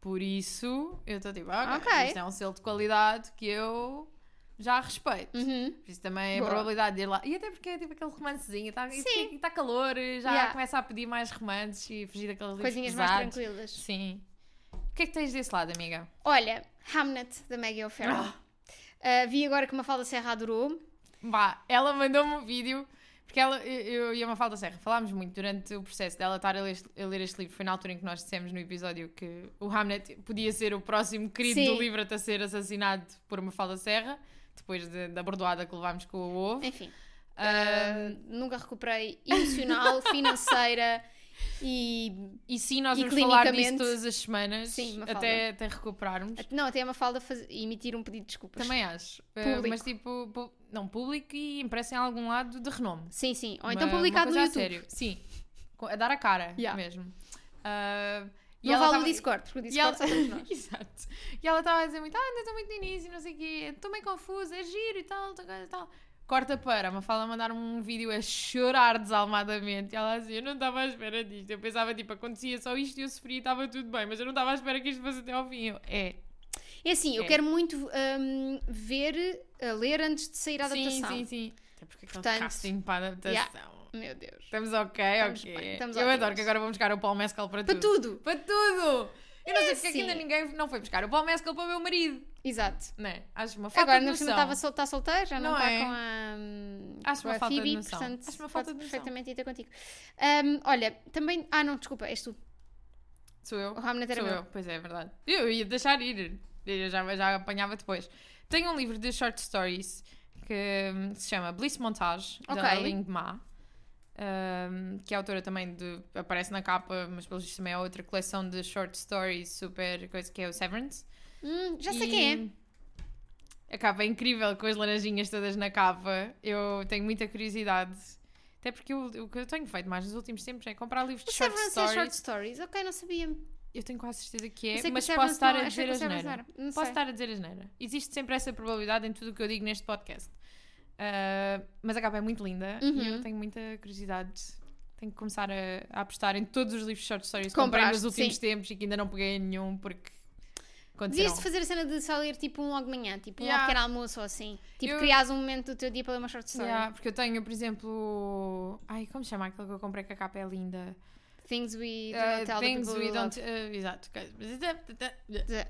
Por isso, eu estou tipo, ah, ok,
Ok.
isto é um selo de qualidade que eu já respeito.
Uhum.
Por isso também é
Boa.
a probabilidade de ir lá. E até porque é tipo aquele romancezinho, está
Sim.
tá calor, já
Yeah.
começa a pedir mais romances e fugir daqueles
Coisinhas
livros
mais
pesados.
tranquilas.
Sim. O que é que tens desse lado, amiga?
Olha, Hamnet, da Maggie O'Farrell. Ah, vi agora que uma Mafalda Serra adorou.
Vá, ela mandou-me um vídeo, porque ela, eu eu e a Mafalda Serra falámos muito durante o processo dela estar a ler, este- a ler este livro. Foi na altura em que nós dissemos no episódio que o Hamnet podia ser o próximo querido
Sim.
do livro a ser assassinado por Mafalda Serra, depois de- da bordoada que levámos com o ovo.
Enfim,
Ah,
ah, nunca recuperei
(laughs)
emocional, financeira e.
E sim, nós
E
vamos falar disso
clinicamente-
todas as semanas,
Sim, Mafalda.
até, até recuperarmos.
Não, até a Mafalda faz... emitir um pedido de desculpas.
Também acho. Uh,
Público.
Mas tipo, pu- não, público e impresso em algum lado de renome.
Sim, sim. Ou
Uma-
então
uma
publicado no
coisa a
YouTube.
sério. Sim, Co- a dar a cara
Yeah.
mesmo. Uh,
Não vale
tava-
o Discord, porque o
E
Discord
ela...
só temos nós.
(laughs) Exato. E ela estava a dizer muito, ah, ainda estou muito no início, não sei o quê, estou meio confusa, é giro e tal, tal, coisa e tal. Corta para, uma fala mandar um vídeo a chorar desalmadamente. E ela assim, eu não estava à espera disto. Eu pensava, tipo, acontecia só isto e eu sofria e estava tudo bem, mas eu não estava à espera que isto fosse até ao fim. Eu, é,
É assim, eu
É.
quero muito hum, ver, ah, ler antes de sair a
sim,
adaptação.
sim, sim. Até porque aquele
Portanto,
casting para a adaptação.
Meu Deus.
Estamos ok,
Estamos
ok.
bem, estamos
eu
ótimas.
adoro que agora vou buscar o Paul Mescal para,
Para
tudo.
tudo.
Para tudo! Eu não
É
sei porque é que ainda
assim.
ninguém não foi buscar o Paul Mescal para o meu marido.
Exato.
Não é? Acho uma falta
Agora,
de
no
noção.
filme, estava sol, está solteiro, já não,
Não
está
é?
com a. hum,
Acho
com
uma
a
falta de
Phoebe,
noção.
portanto,
Acho uma falta
pode
de noção.
perfeitamente ir ter contigo. Hum, olha, também. Ah, não, desculpa, és tu.
Sou eu.
O Hamlet era
Sou
meu.
eu, pois é, é verdade. Eu ia deixar ir. Eu já, já apanhava depois. Tenho um livro de short stories que hum, se chama Bliss Montage,
Ok.
da Aline Ma, hum, que é autora também de. aparece na capa, mas pelo visto também é outra coleção de short stories super coisa que é o Severance.
Hum, já sei
E
quem é.
A capa é incrível com as laranjinhas todas na capa. Eu tenho muita curiosidade. Até porque eu- o que eu tenho feito mais nos últimos tempos é comprar livros de
O
short
Severance é
stories.
short stories. Ok, não sabia.
Eu tenho quase certeza que
Eu
é,
sei que
mas
o Severance
posso estar
não-
a
eu sei
dizer
que o
asneira.
Severance não era. Não
Posso
sei.
estar a dizer asneira. Existe sempre essa probabilidade em tudo o que eu digo neste podcast. Ah, mas a capa é muito linda e eu
Uhum.
tenho muita curiosidade. Tenho que começar a, a apostar em todos os livros short stories que
Compraste,
comprei nos últimos
sim.
tempos e que ainda não peguei em nenhum porque aconteceram.
Devias fazer a cena de só ler tipo um logo de manhã, tipo um
Yeah.
ao pequeno almoço ou assim. Tipo,
Eu-
crias um momento do teu dia para ler uma short story.
Yeah, porque eu tenho, por exemplo, ai, como se chama aquele que eu comprei que a capa é linda?
Things we do
Uh,
not tell the
things
people
we
love.
don't. uh, exato, ok. é-
Zé.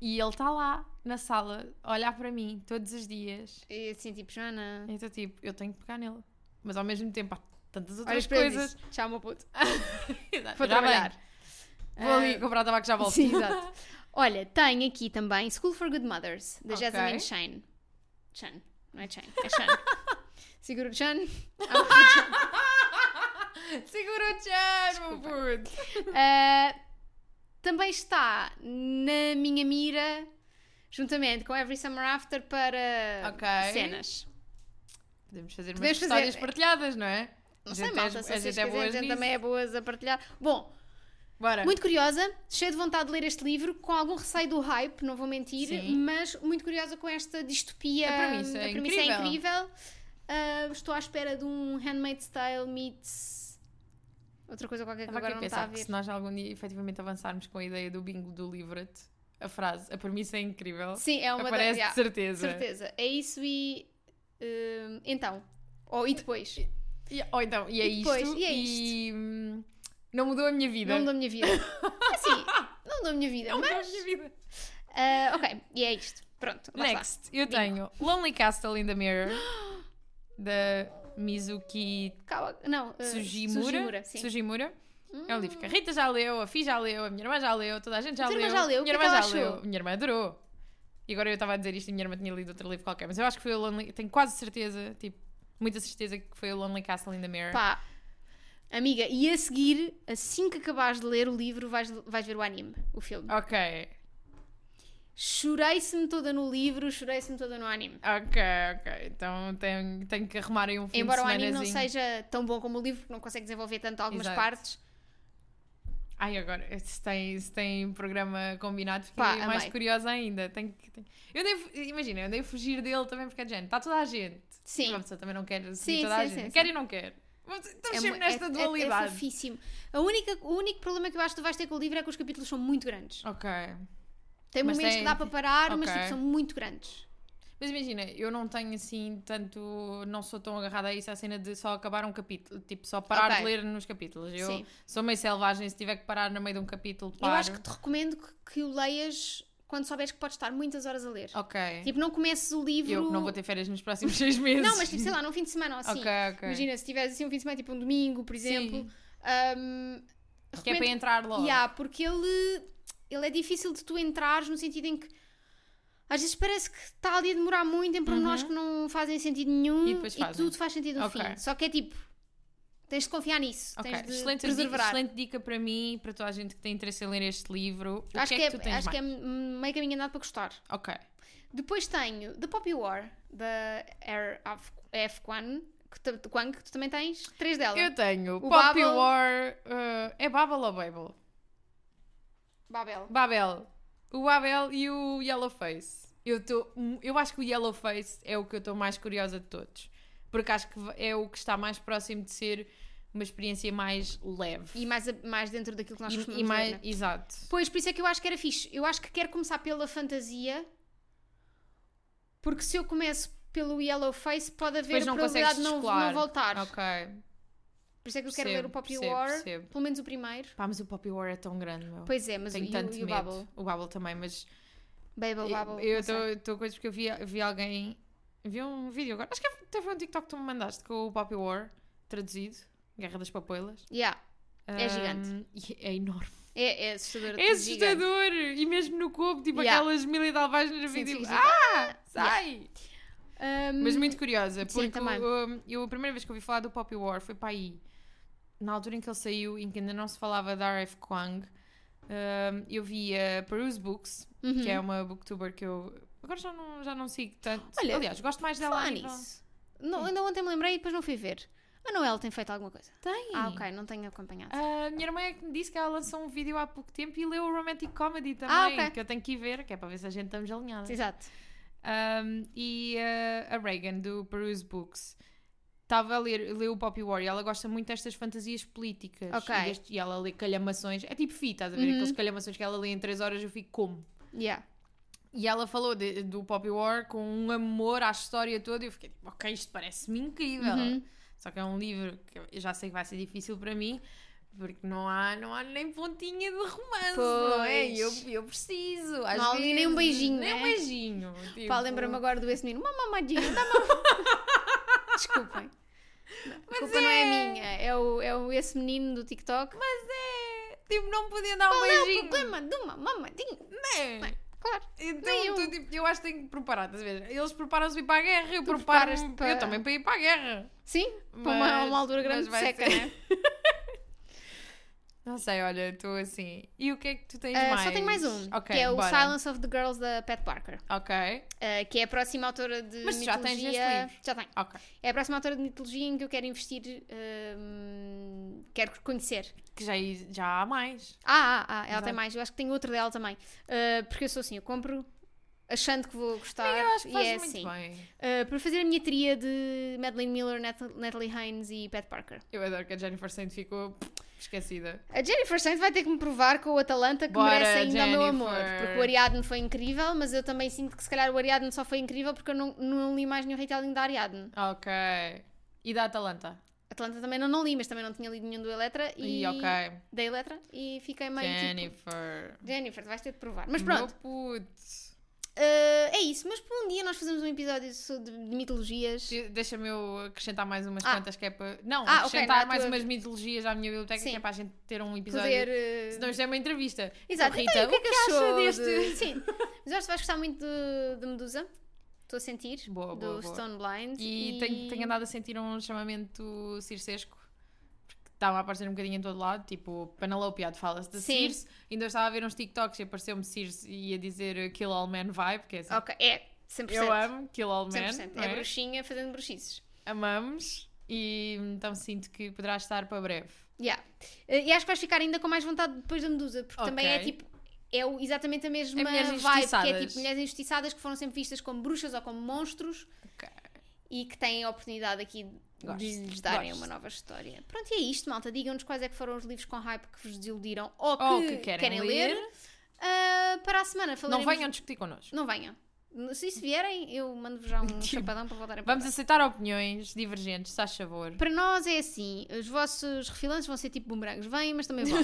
E ele está lá na sala a olhar para mim todos os dias.
E assim, tipo, Joana.
Então, tipo, eu tenho que pegar nele. Mas ao mesmo tempo há tantas outras
Olhas para ele e
coisas.
dizes, Tchau, meu puto.
(laughs) Exato,
Vou
já venho.
trabalhar.
Vou ali
Ah,
comprar tabaco já volto.
Sim, exato. Olha, tem aqui também School for Good Mothers, da
Ok.
Jasmine Shane. Shane, não é Shane, é
(laughs)
Shane. Seguro Shane. Ah,
(laughs) Segura o chão, meu puto.
ah, também está na minha mira, juntamente com Every Summer After, para
Ok.
cenas.
Podemos fazer umas
Podemos fazer-
histórias partilhadas, não é?
Não
A
sei,
gente
malta,
é-
se
a
vocês
gente é
quiserem, a
boas
gente
nisso.
também é boas a partilhar. Bom,
Bora.
Muito curiosa, cheia de vontade de ler este livro, com algum receio do hype, não vou mentir,
Sim.
mas muito curiosa com esta distopia.
A premissa é incrível.
incrível. Ah, estou à espera de um Handmaid's Tale meets. Outra coisa qualquer que
Estava aqui
agora
a
não está tá a
pensar que
ver.
se nós algum dia efetivamente avançarmos com a ideia do bingo do livret, a frase, a premissa é incrível,
Sim, é uma
aparece
da...
de
yeah,
certeza.
certeza. É isso e. hum, então. Ou e depois.
E- ou então, e é
E depois,
isto,
e é
hum, não mudou a minha vida.
Não
(laughs)
mudou a minha vida. Assim, não mudou a minha vida,
Não mudou
mas.
a minha vida.
ah, ok, e é isto. Pronto, lá está.
Next, eu tenho Lonely Castle in the Mirror,
(gasps)
da Mizuki
Kawa- Não, ah,
Sugimura.
Sugimura, sim. Hum.
Sugimura. É um livro que a Rita já leu, a Fi já leu, a minha irmã já leu, toda a gente já
A tua
leu.
irmã já leu? O
Minha
que é
irmã já
que ela
leu.
achou?
Minha irmã adorou. E agora eu estava a dizer isto e minha irmã tinha lido outro livro qualquer, mas eu acho que foi o Lonely. Tenho quase certeza, tipo, muita certeza que foi o Lonely Castle in the Mirror.
Pá. Amiga, e a seguir, assim que acabares de ler o livro, vais, vais ver o anime, o filme.
Ok,
Chorei-se-me toda no livro, chorei-se-me toda no anime.
ok, ok. Então tenho, tenho que arrumar aí um fim
Embora o
de
anime
semanazinho.
não seja tão bom como o livro, porque não consegue desenvolver tanto algumas
Exato.
partes.
Ai, agora, se tem, se tem programa combinado, fiquei
Pá,
mais
amei.
curiosa ainda. Tenho que, tenho- Eu dei, imagina, eu dei fugir dele também porque é de género. Está toda a gente.
Sim.
Uma pessoa também não quer seguir
Sim,
toda a
sim,
gente.
sim,
quer
sim.
e não quer. Mas Estamos
É
sempre
mu- é-
nesta
é- É,
dualidade.
fofíssimo. A única, o único problema que eu acho que tu vais ter com o livro é que os capítulos são muito grandes.
ok.
Tem
Mas
momentos
tem-
que dá para parar, mas
Ok.
tipo, são muito grandes.
Mas imagina, eu não tenho assim tanto. Não sou tão agarrada a isso, à cena de só acabar um capítulo. Tipo, só parar
Ok.
de ler nos capítulos. Eu
Sim.
sou meio selvagem, se tiver que parar no meio de um capítulo,
Eu
paro.
acho que te recomendo que, que o leias quando souberes que podes estar muitas horas a ler.
Ok.
Tipo, não comeces o livro.
Eu que não vou ter férias nos próximos (laughs) seis meses.
Não, mas tipo, sei lá, num fim de semana ou assim.
Ok, ok.
Imagina, se tiveres assim um fim de semana, tipo um domingo, por exemplo. Um,
que é para entrar logo.
yeah, porque ele, ele é difícil de tu entrares no sentido em que às vezes parece que está ali a demorar muito em pormenores que não fazem sentido nenhum
Uhum. E depois fazem.
tudo faz sentido no
Ok.
fim. Só que é tipo, tens de confiar nisso,
Ok,
tens de
excelente, dica,
preservar.
excelente dica para mim e para toda a gente que tem interesse em ler este livro. O
Acho
que é que tu tens
acho que
mais?
é meio caminho andado para gostar.
Ok.
Depois tenho The Poppy War, da Air F. Kwan, que, tu- Kwan, que tu também tens três delas.
Eu tenho Poppy
Babel-
War. uh, é Babel ou Babel?
Babel.
Babel. O Babel e o Yellowface. Eu, tô, hum, eu acho que o Yellowface é o que eu estou mais curiosa de todos. Porque acho que é o que está mais próximo de ser uma experiência mais leve.
E mais, a- mais dentro daquilo que nós
E-
costumamos
e mais.
ler, né?
Exato.
Pois, por isso é que eu acho que era fixe. Eu acho que quero começar pela fantasia, porque se eu começo pelo Yellowface pode haver
Depois
a
não
probabilidade
consegues
de não,
descolar.
não voltar.
Ok.
Por isso é que eu quero
Percebo,
ler o Poppy
percebo,
War,
percebo.
pelo menos o primeiro.
Pá, mas o Poppy War é tão grande, meu.
Pois é, mas o,
Tenho
e
tanto
o, e o
medo.
Babel.
O Babel também, mas
Babel, Babel.
Eu
não sei.
estou coisas porque eu vi, vi alguém. Vi um vídeo agora. Acho que até foi um TikTok que tu me mandaste com o Poppy War traduzido. Guerra das Papoilas.
Yeah. É
Ahm,
gigante.
e É enorme.
É, é assustador.
É assustador. E mesmo no cubo, tipo
Yeah.
aquelas mil e tal páginas, eu
Sim,
fico tipo,
fica-
ah, sai! Mas muito curiosa,
Hum, sim,
porque
também.
um, eu, a primeira vez que ouvi falar do Poppy War foi para aí, na altura em que ele saiu, em que ainda não se falava da R.F. Kuang, um, eu vi a Peruse Books, que
Uhum.
é uma booktuber que eu agora já não, já não sigo tanto.
Olha,
Aliás, gosto mais dela. a
Falar
nível-
nisso. Não, ainda ontem me lembrei e depois não fui ver. A Noel tem feito alguma coisa.
Tem!
Ah, ok, não tenho acompanhado.
A minha irmã é que me disse que ela lançou um vídeo há pouco tempo e leu o Romantic Comedy também,
Ah, ok.
que eu tenho que ir ver, que é para ver se a gente estamos alinhadas.
Exato.
Um, e uh, a Reagan, do Peruse Books, estava a ler, leu o Poppy War e ela gosta muito destas fantasias políticas.
Ok.
E, deste- e ela lê calhamações. É tipo fita, estás a ver?
Uhum.
Aqueles calhamações que ela lê em 3 horas eu fico como?
Yeah.
E ela falou de- do Poppy War com um amor à história toda e eu fiquei tipo, ok, isto parece-me incrível.
Uhum.
Só que é um livro que eu já sei que vai ser difícil para mim, porque não há, não há nem pontinha de romance, não é? E Eu,
Pois.
eu preciso. Às
Não há ali
vezes,
nem um beijinho,
Nem um
né?
beijinho. Tipo,
Pá, lembra-me agora do esse menino. Uma mamadinha, dá uma...
(laughs)
Desculpem. a culpa não é minha. É, o, é o, esse menino do TikTok. Mas
É, tipo, não podia dar um
qual é o
beijinho.
problema de uma mamadinha?
Não é?
Claro.
Então,
Nem eu.
tu, tipo, eu acho que tenho que preparar, estás a ver? Eles preparam-se para ir para a guerra, eu
Tu
preparo-me.
preparas-te para-
Eu também para ir para a guerra.
Sim, para uma,
Mas-
uma altura
mas
grande de
vai
seca,
ser.
né?
Não sei, olha, estou assim. E o que é que tu
(laughs)
tens
Ah,
mais?
Só tenho mais um,
Ok,
que é o
bora.
Silence of the Girls da Pat Parker,
Ok,
ah, que é a próxima autora de
Mas tu já tens
mitologia.
este livro?
Já tenho.
ok.
É a próxima autora de mitologia em que eu quero investir, hum, quero conhecer.
Que já, já há mais.
Ah, ah, ah, ela
Exato.
tem mais, eu acho que tem outra dela também. Ah, porque eu sou assim, eu compro achando que vou gostar.
Eu acho que faz
e é
muito
assim.
bem.
Ah, para fazer a minha tria de Madeleine Miller, Nat- Natalie Haynes e Pat Parker.
Eu adoro que a Jennifer Saint ficou esquecida.
A Jennifer Saint vai ter que me provar com o Atalanta que
Bora,
merece ainda o meu amor.
Jennifer.
Porque o Ariadne foi incrível, mas eu também sinto que se calhar o Ariadne só foi incrível porque eu não, não li mais nenhum retelling da Ariadne.
Ok. E da Atalanta?
Atalanta também não, não li, mas também não tinha lido nenhum do Eletra e tipo-
E, ok.
da Eletra e fiquei meio tipo.
Jennifer.
Jennifer, vais ter de provar. Mas pronto,
Meu puto.
eh, é isso. Mas por um dia nós fazemos um episódio so- de, de mitologias.
Te- Deixa-me eu acrescentar mais umas
Ah.
quantas que é para. Não,
Ah, ok,
acrescentar
não, a
mais
tua-
umas mitologias à minha biblioteca que
Sim.
é para a gente ter um episódio.
Poder. eh,
Senão isto é uma entrevista.
Exato,
Então, Rita,
então, e o que é que, achou
deste?
de- Sim, mas acho que vais gostar muito de, de Medusa. Estou a sentir.
Boa,
do
boa, boa.
Stone Blind.
E, Tenho, tenho andado a sentir um chamamento circesco. porque Estava a aparecer um bocadinho em todo lado, tipo, Penelope fala-se de
Sim.
Circe. Ainda estava a ver uns TikToks e apareceu-me Circe e ia dizer uh, Kill All Men Vibe, que é assim,
Ok, é, 100%.
eu amo Kill All Men,
100%.
não
É
é?
bruxinha fazendo bruxices.
amamos e então sinto que poderá estar para breve.
Yeah. Eh, E acho que vais ficar ainda com mais vontade depois da Medusa, porque
Ok.
também é tipo. É o- exatamente a mesma
mulheres
vibe, que é
injustiçadas.
tipo mulheres injustiçadas que foram sempre vistas como bruxas ou como monstros
Ok.
e que têm a oportunidade aqui
Gosto,
de lhes darem
gosto.
uma nova história. Pronto, e é isto, malta. Digam-nos quais é que foram os livros com hype que vos desiludiram ou que,
Ou que querem ler.
Ah, para a semana falaremos...
Não venham discutir connosco.
Não venham. Se isso vierem, eu mando-vos
(laughs)
já um chapadão para voltarem para
Tipo, Vamos aceitar opiniões divergentes, se faz favor.
Para nós é assim, os vossos refilantes vão ser tipo bumerangues, vêm, mas
(laughs)
também vão.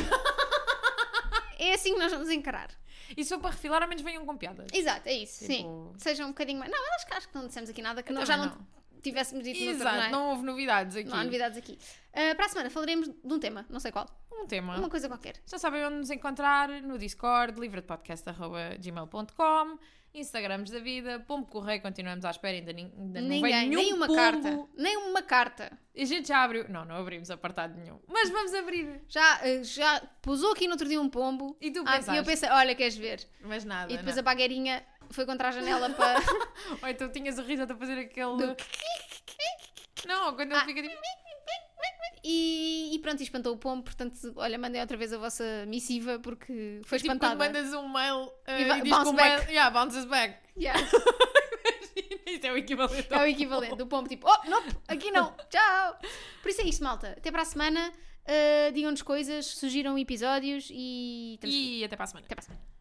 é assim que nós vamos encarar.
E se for para refilar, ao menos venham com piadas.
Exato, é isso,
Tipo-
sim. Sejam um bocadinho mais... Não, eu acho que, acho que não dissemos aqui nada que
Eu
nós já
também
não, tivéssemos dito no outro, não é?
Exato, não houve novidades aqui.
Não há novidades aqui. Ah, para a semana falaremos de um tema, não sei qual.
Um tema.
Uma coisa qualquer.
Já sabem onde nos encontrar, no Discord, livredepodcast.gmail.com, Instagrams da vida, pombo correio, continuamos à espera, ainda, nin- ainda não vem
Ninguém,
nenhum
nem uma
pombo.
carta. Nem uma carta.
A gente já abriu, não, não abrimos apartado nenhum, mas vamos abrir.
Já, ah, já pousou aqui no outro dia um pombo.
E
Ah,
tu
e eu
pensaste?
pensei, olha, queres ver?
Mas nada,
E depois
não.
a bagueirinha foi contra a
(laughs)
janela para...
Ou então tinhas o riso a fazer aquele... Não, quando
Ah,
ele fica tipo...
E, e pronto, e espantou o pombo, portanto, olha, mandei outra vez a vossa missiva porque foi
Foi tipo
espantada.
quando mandas um mail uh,
E ba-
e diz que o
bounce
mail...
back.
Yeah, bounces back.
Yeah,
(laughs) Isto é o equivalente.
é o equivalente do pombo, tipo, oh, nope, aqui
(laughs)
não, tchau. Por isso é isto, malta. Até para a semana, ah, digam-nos coisas, sugiram episódios e, estamos aqui.
E até para a semana.
até para a semana.